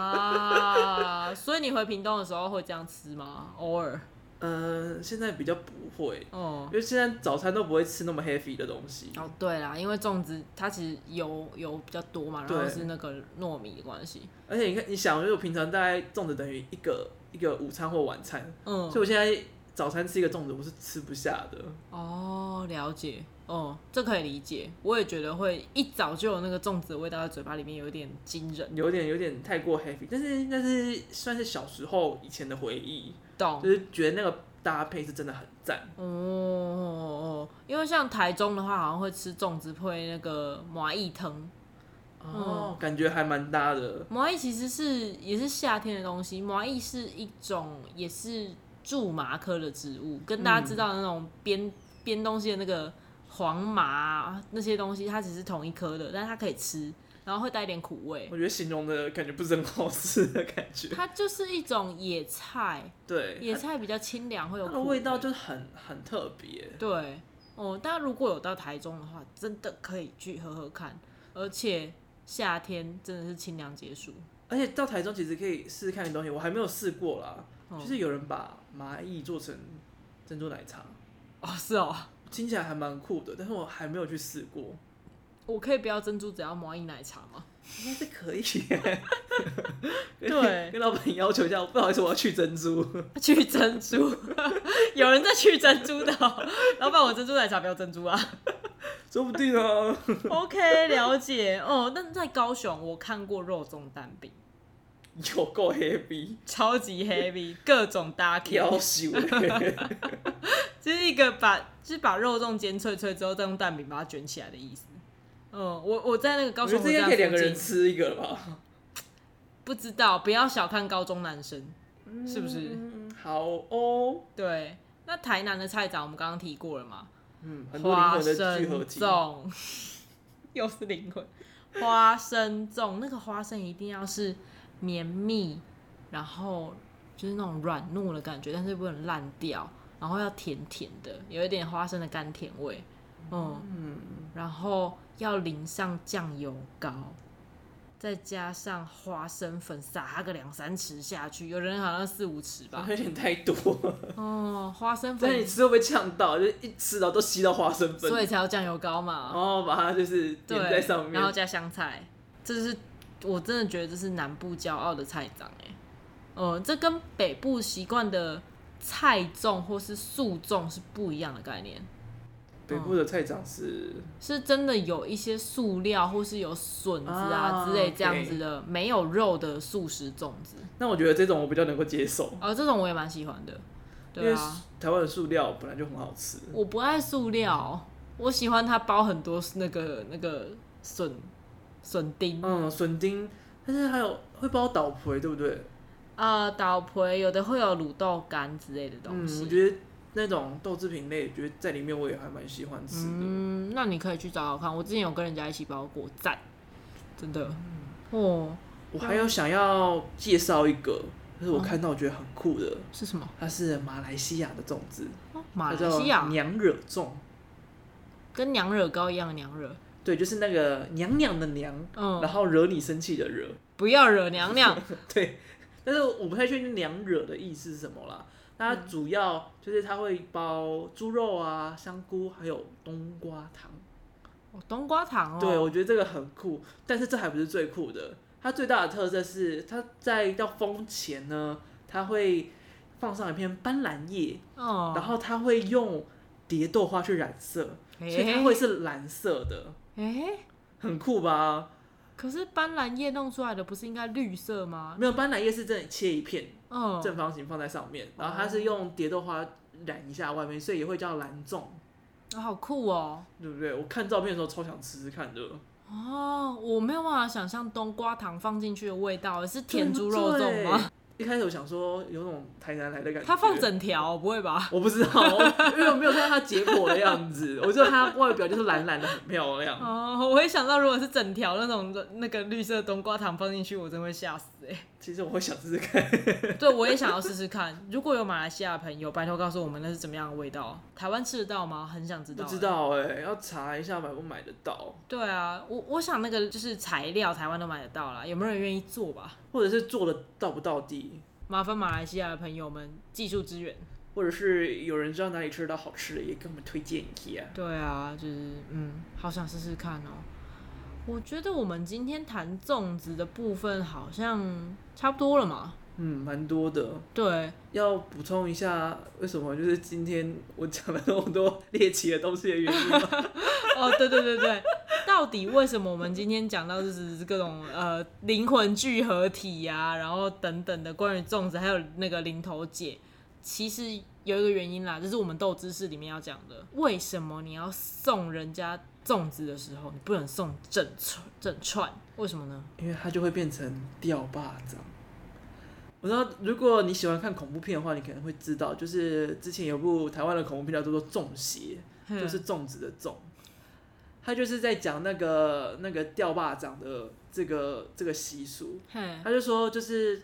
Speaker 1: 啊，所以你回屏东的时候会这样吃吗？偶尔，
Speaker 2: 嗯、现在比较不会，
Speaker 1: 哦
Speaker 2: 因，为现在早餐都不会吃那么 heavy 的东西。
Speaker 1: 哦，对啦，因为粽子它其实油油比较多嘛，然后
Speaker 2: 对
Speaker 1: 是那个糯米的关系，
Speaker 2: 而且你看，你想，就是我平常大概粽子等于一个一个午餐或晚餐，
Speaker 1: 嗯
Speaker 2: 所以，我现在早餐吃一个粽子，我是吃不下的。
Speaker 1: 哦，了解，哦，这可以理解，我也觉得会一早就有那个粽子的味道在嘴巴里面，有一点惊人，
Speaker 2: 有点有点太过 heavy，但是但是算是小时候以前的回忆，
Speaker 1: 懂？
Speaker 2: 就是觉得那个搭配是真的很赞。
Speaker 1: 哦哦，因为像台中的话，好像会吃粽子配那个麻薏汤，
Speaker 2: 哦，感觉还蛮搭的。
Speaker 1: 麻薏其实是也是夏天的东西，麻薏是一种也是苎麻科的植物，跟大家知道的那种编编、东西的那个黄麻啊那些东西，它只是同一科的，但是它可以吃，然后会带一点苦味。
Speaker 2: 我觉得形容的感觉不是很好吃的感觉。
Speaker 1: 它就是一种野菜，
Speaker 2: 对，
Speaker 1: 野菜比较清凉，会有
Speaker 2: 它
Speaker 1: 苦
Speaker 2: 的味道就是很很特别。
Speaker 1: 对哦。大家如果有到台中的话，真的可以去喝喝看，而且夏天真的是清凉解暑。
Speaker 2: 而且到台中其实可以试试看的东西，我还没有试过啦。
Speaker 1: 哦
Speaker 2: 就是有人把麻薏做成珍珠奶茶，
Speaker 1: 哦，是哦，
Speaker 2: 听起来还蛮酷的，但是我还没有去试过，
Speaker 1: 我可以不要珍珠，只要麻薏奶茶吗？
Speaker 2: 应该是可以耶。
Speaker 1: 对
Speaker 2: 跟老板要求一下，不好意思，我要去珍珠。
Speaker 1: 去珍珠， 有人在去珍珠的哦、 老板，我珍珠奶茶不要珍珠啊。
Speaker 2: 说不定哦。
Speaker 1: OK，了解哦。但在高雄，我看过肉粽蛋饼，
Speaker 2: 有够 heavy，
Speaker 1: 超级 heavy，各种搭 Q，
Speaker 2: 要死欸
Speaker 1: 就是一个把就是把肉粽煎脆脆之后，再用蛋饼把它卷起来的意思。嗯，我我在那个高
Speaker 2: 我觉
Speaker 1: 雄
Speaker 2: 得
Speaker 1: 火
Speaker 2: 这应
Speaker 1: 车
Speaker 2: 该可以
Speaker 1: 站
Speaker 2: 两个
Speaker 1: 附
Speaker 2: 人
Speaker 1: 近，
Speaker 2: 吃一个了吧？
Speaker 1: 不知道，不要小看高中男生，是不是？
Speaker 2: 嗯好哦，
Speaker 1: 对，那台南的菜长我们刚刚提过了嘛，
Speaker 2: 嗯，很多灵
Speaker 1: 花
Speaker 2: 魂
Speaker 1: 生
Speaker 2: 的聚合体。
Speaker 1: 粽， 又是灵魂。花生粽，那个花生一定要是绵密，然后就是那种软糯的感觉，但是不能烂掉，然后要甜甜的，有一点花生的甘甜味，嗯，然后要淋上酱油膏，再加上花生粉，撒个两三匙下去，有人好像四五匙 吧，
Speaker 2: 有点太多了，
Speaker 1: 哦，花生
Speaker 2: 但你
Speaker 1: 粉，
Speaker 2: 吃会不会呛到？就是一吃然后都吸到花生粉，
Speaker 1: 所以才要酱油膏嘛，
Speaker 2: 然后把它就是
Speaker 1: 对，
Speaker 2: 点哦在上面
Speaker 1: 然。后加香菜，这是我真的觉得这是南部骄傲的菜长哎、呃，这跟北部习惯的菜粽或是素粽是不一样的概念，
Speaker 2: 北部的菜长是
Speaker 1: 是真的有一些塑料或是有笋子啊
Speaker 2: 啊
Speaker 1: 之类这样
Speaker 2: OK
Speaker 1: 子的没有肉的素食粽子，
Speaker 2: 那我觉得这种我比较能够接受，
Speaker 1: 哦，这种我也蛮喜欢的，
Speaker 2: 因
Speaker 1: 对
Speaker 2: 为
Speaker 1: 啊，
Speaker 2: 台湾的塑料本来就很好吃。
Speaker 1: 我不爱塑
Speaker 2: 嗯
Speaker 1: 料，我喜欢它包很多那个那个笋笋丁。
Speaker 2: 嗯，笋丁，但是还有会包岛葵，对不对？
Speaker 1: 呃，倒培有的会有卤豆干之类的东
Speaker 2: 嗯，
Speaker 1: 西。
Speaker 2: 我觉得那种豆制品类，觉得在里面我也还蛮喜欢吃的。
Speaker 1: 嗯，那你可以去找找看。我之前有跟人家一起包过，赞，真的。
Speaker 2: 嗯
Speaker 1: 哦，
Speaker 2: 我还有想要介绍一个，就是
Speaker 1: 嗯
Speaker 2: 我看到我觉得很酷的，
Speaker 1: 是什么？
Speaker 2: 它是马来西亚的粽子，
Speaker 1: 哦马
Speaker 2: 它
Speaker 1: 来
Speaker 2: 叫
Speaker 1: 西亚
Speaker 2: 娘惹粽。
Speaker 1: 跟娘惹糕一样，娘惹，
Speaker 2: 对，就是那个娘娘的娘，
Speaker 1: 嗯，
Speaker 2: 然后惹你生气的惹。
Speaker 1: 不要惹娘娘。
Speaker 2: 对，但是我不太确定“娘惹”的意思是什么啦。那
Speaker 1: 嗯
Speaker 2: 它主要就是它会包猪肉啊、香菇，还有冬瓜糖。
Speaker 1: 哦，冬瓜糖哦，
Speaker 2: 对，我觉得这个很酷，但是这还不是最酷的。它最大的特色是，它在要封前呢，它会放上一片斑斓叶，
Speaker 1: 哦，
Speaker 2: 然后它会用蝶豆花去染色，所以它会是蓝色的，
Speaker 1: 哎、诶
Speaker 2: 很酷吧？
Speaker 1: 可是斑斓叶弄出来的不是应该绿色吗？
Speaker 2: 没有斑斓叶是真的切一片
Speaker 1: 嗯，
Speaker 2: 正方形放在上面，然后
Speaker 1: 哦
Speaker 2: 它是用蝶豆花染一下外面，所以也会叫蓝粽，
Speaker 1: 啊好酷哦。
Speaker 2: 对不对？我看照片的时候超想吃吃看的，
Speaker 1: 哦，我没有办法想象冬瓜糖放进去的味道，是甜猪肉粽
Speaker 2: 对不
Speaker 1: 吗？
Speaker 2: 对？一开始我想说有种台南来的感觉，
Speaker 1: 它放整条，不会吧？
Speaker 2: 我不知道，我因为我没有看到它结果的样子，我知道它外表就是蓝蓝的，很漂亮。
Speaker 1: 哦，我会想到，如果是整条那种那个绿色冬瓜糖放进去，我真会吓死 哎、
Speaker 2: 其实我会想试试看，
Speaker 1: 对，我也想要试试看。如果有马来西亚的朋友，拜托告诉我们那是怎么样的味道。台湾吃得到吗？很想知
Speaker 2: 不
Speaker 1: 道、欸
Speaker 2: 知。道哎、要查一下买不买得到，
Speaker 1: 对啊，我我想那个就是材料，台湾都买得到啦。有没有人愿意做吧？
Speaker 2: 或者是做的到不到地，
Speaker 1: 麻烦马来西亚的朋友们技术支援。
Speaker 2: 或者是有人知道哪里吃得到好吃的，也给我们推荐一下。
Speaker 1: 对啊，就是嗯，好想试试看哦。我觉得我们今天谈粽子的部分好像差不多了嘛。
Speaker 2: 嗯，蛮多的。
Speaker 1: 对，
Speaker 2: 要补充一下，为什么就是今天我讲了那么多猎奇的东西的原因吗？
Speaker 1: 哦，对对对对，到底为什么我们今天讲到就是各种呃灵魂聚合体呀、然后等等的关于粽子，还有那个零头姐，其实有一个原因啦，就是我们斗知识里面要讲的，为什么你要送人家粽子的时候，你不能送整串整串？为什么呢？
Speaker 2: 因为它就会变成吊巴掌。我知道，如果你喜欢看恐怖片的话，你可能会知道，就是之前有部台湾的恐怖片叫做《中邪》，
Speaker 1: 嗯
Speaker 2: 就是粽子的粽，它就是在讲那个那个吊巴掌的这个这个习俗。
Speaker 1: 嘿，
Speaker 2: 他就说，就是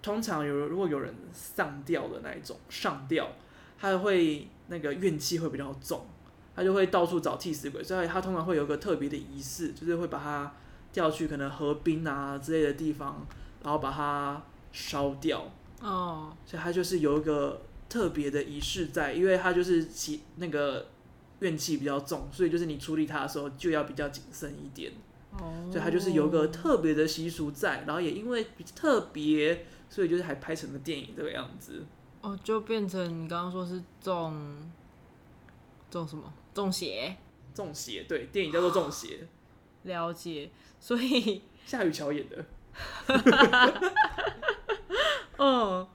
Speaker 2: 通常有如果有人上吊的那一种上吊，他会那个怨气会比较重，他就会到处找替死鬼，所以他通常会有一个特别的仪式，就是会把他吊去可能河滨啊之类的地方，然后把它烧掉，
Speaker 1: 哦，
Speaker 2: 所以他就是有一个特别的仪式在，因为他就是其那个怨气比较重，所以就是你处理他的时候就要比较谨慎一点。
Speaker 1: 哦，
Speaker 2: 所以它就是有一个特别的习俗在，然后也因为特别，所以就是还拍成了电影这个样子。
Speaker 1: 哦，就变成你刚刚说是粽粽什么粽邪，
Speaker 2: 中邪，对，电影叫做《中邪》，
Speaker 1: 了解，所以。
Speaker 2: 夏雨乔演的。
Speaker 1: 嗯，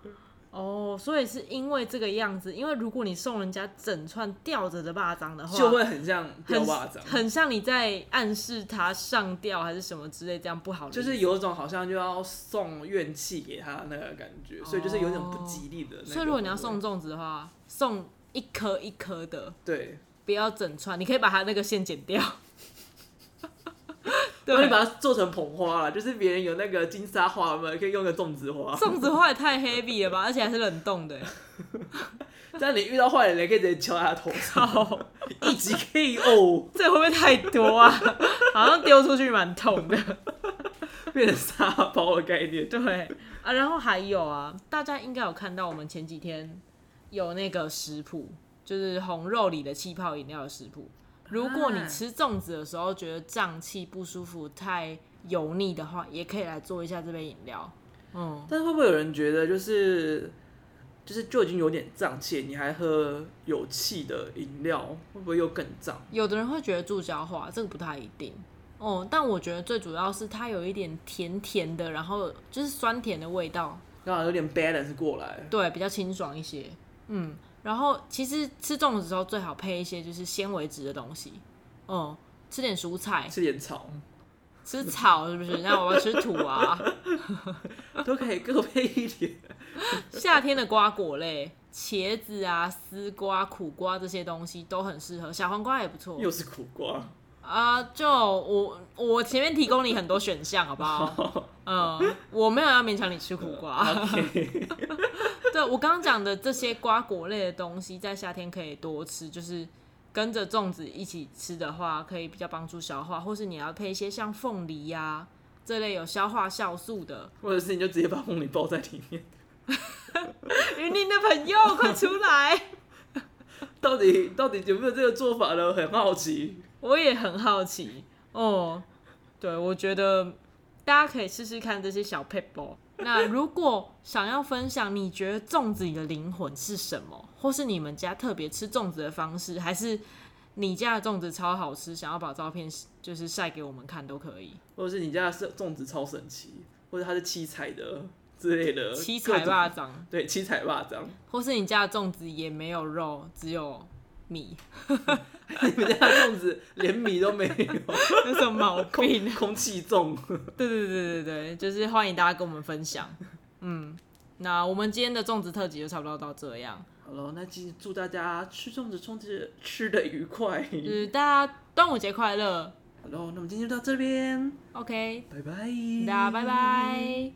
Speaker 1: 哦，所以是因为这个样子，因为如果你送人家整串吊着的巴掌的话，
Speaker 2: 就会很像
Speaker 1: 很
Speaker 2: 吊巴掌，
Speaker 1: 很像你在暗示他上吊还是什么之类，这样不好理解。
Speaker 2: 就是有一种好像就要送怨气给他那个感觉，所以就是有一种不吉利的那个氛围。
Speaker 1: 哦所以如果你要送粽子的话，送一颗一颗的，
Speaker 2: 对，
Speaker 1: 不要整串，你可以把它那个线剪 掉。
Speaker 2: 然后你
Speaker 1: 对，
Speaker 2: 把它做成捧花了，就是别人有那个金沙花嘛，可以用个粽子花。
Speaker 1: 粽子花也太 heavy 了吧，而且还是冷冻的。
Speaker 2: 这样你遇到坏人，你可以直接敲他头 上，一击 KO，
Speaker 1: 这会不会太多啊？好像丢出去蛮痛的。
Speaker 2: 变成沙包的概念。
Speaker 1: 对啊，然后还有啊，大家应该有看到我们前几天有那个食谱，就是红肉里的气泡饮料的食谱。如果你
Speaker 2: 啊
Speaker 1: 吃粽子的时候觉得胀气不舒服、太油腻的话，也可以来做一下这杯饮料。嗯，
Speaker 2: 但是会不会有人觉得就是就是就已经有点胀气，你还喝有气的饮料，会不会又更胀？
Speaker 1: 有的人会觉得助消化，这个不太一定。哦、但我觉得最主要是它有一点甜甜的，然后就是酸甜的味道，
Speaker 2: 刚好有点 balance 过来。
Speaker 1: 对，比较清爽一些。嗯，然后其实吃粽子的时候最好配一些就是纤维质的东西，嗯，吃点蔬菜，
Speaker 2: 吃点草
Speaker 1: 吃草是不是？那我要吃土啊，
Speaker 2: 都可以各配一点，
Speaker 1: 夏天的瓜果类，茄子啊、丝瓜、苦瓜这些东西都很适合，小黄瓜也不错
Speaker 2: 又是苦瓜，
Speaker 1: 啊、就我我前面提供你很多选项，好不 好？嗯，我没有要勉强你吃苦瓜。
Speaker 2: OK
Speaker 1: 对我刚刚讲的这些瓜果类的东西，在夏天可以多吃，就是跟着粽子一起吃的话，可以比较帮助消化，或是你要配一些像凤梨呀、这类有消化酵素 的。
Speaker 2: 或者是你就直接把凤梨包在里面。
Speaker 1: 云林的朋友，快出来！
Speaker 2: 到底到底有没有这个做法呢？很好奇。
Speaker 1: 我也很好奇哦。对，我觉得大家可以试试看这些小 p e b b l 那如果想要分享，你觉得粽子里的灵魂是什么，或是你们家特别吃粽子的方式，还是你家的粽子超好吃，想要把照片就是晒给我们看都可以。
Speaker 2: 或者是你家是粽子超神奇，或者它是七彩的之类的，
Speaker 1: 七彩
Speaker 2: 吧，
Speaker 1: 巴掌，
Speaker 2: 对，七彩霸这样。
Speaker 1: 或是你家的粽子也没有肉，只有米，
Speaker 2: 你们家粽子连米都没有，
Speaker 1: 有什么毛病？
Speaker 2: 空气粽。
Speaker 1: 对对对对对，就是欢迎大家跟我们分享。 嗯，那我们今天的粽子特辑就差不多到这样，
Speaker 2: 好了，那今祝大家吃粽子，粽子吃的愉快。
Speaker 1: 就是大家端午节快乐
Speaker 2: 好了，那我们今天就到这边，
Speaker 1: ，OK，
Speaker 2: 拜拜，
Speaker 1: 大家拜。拜。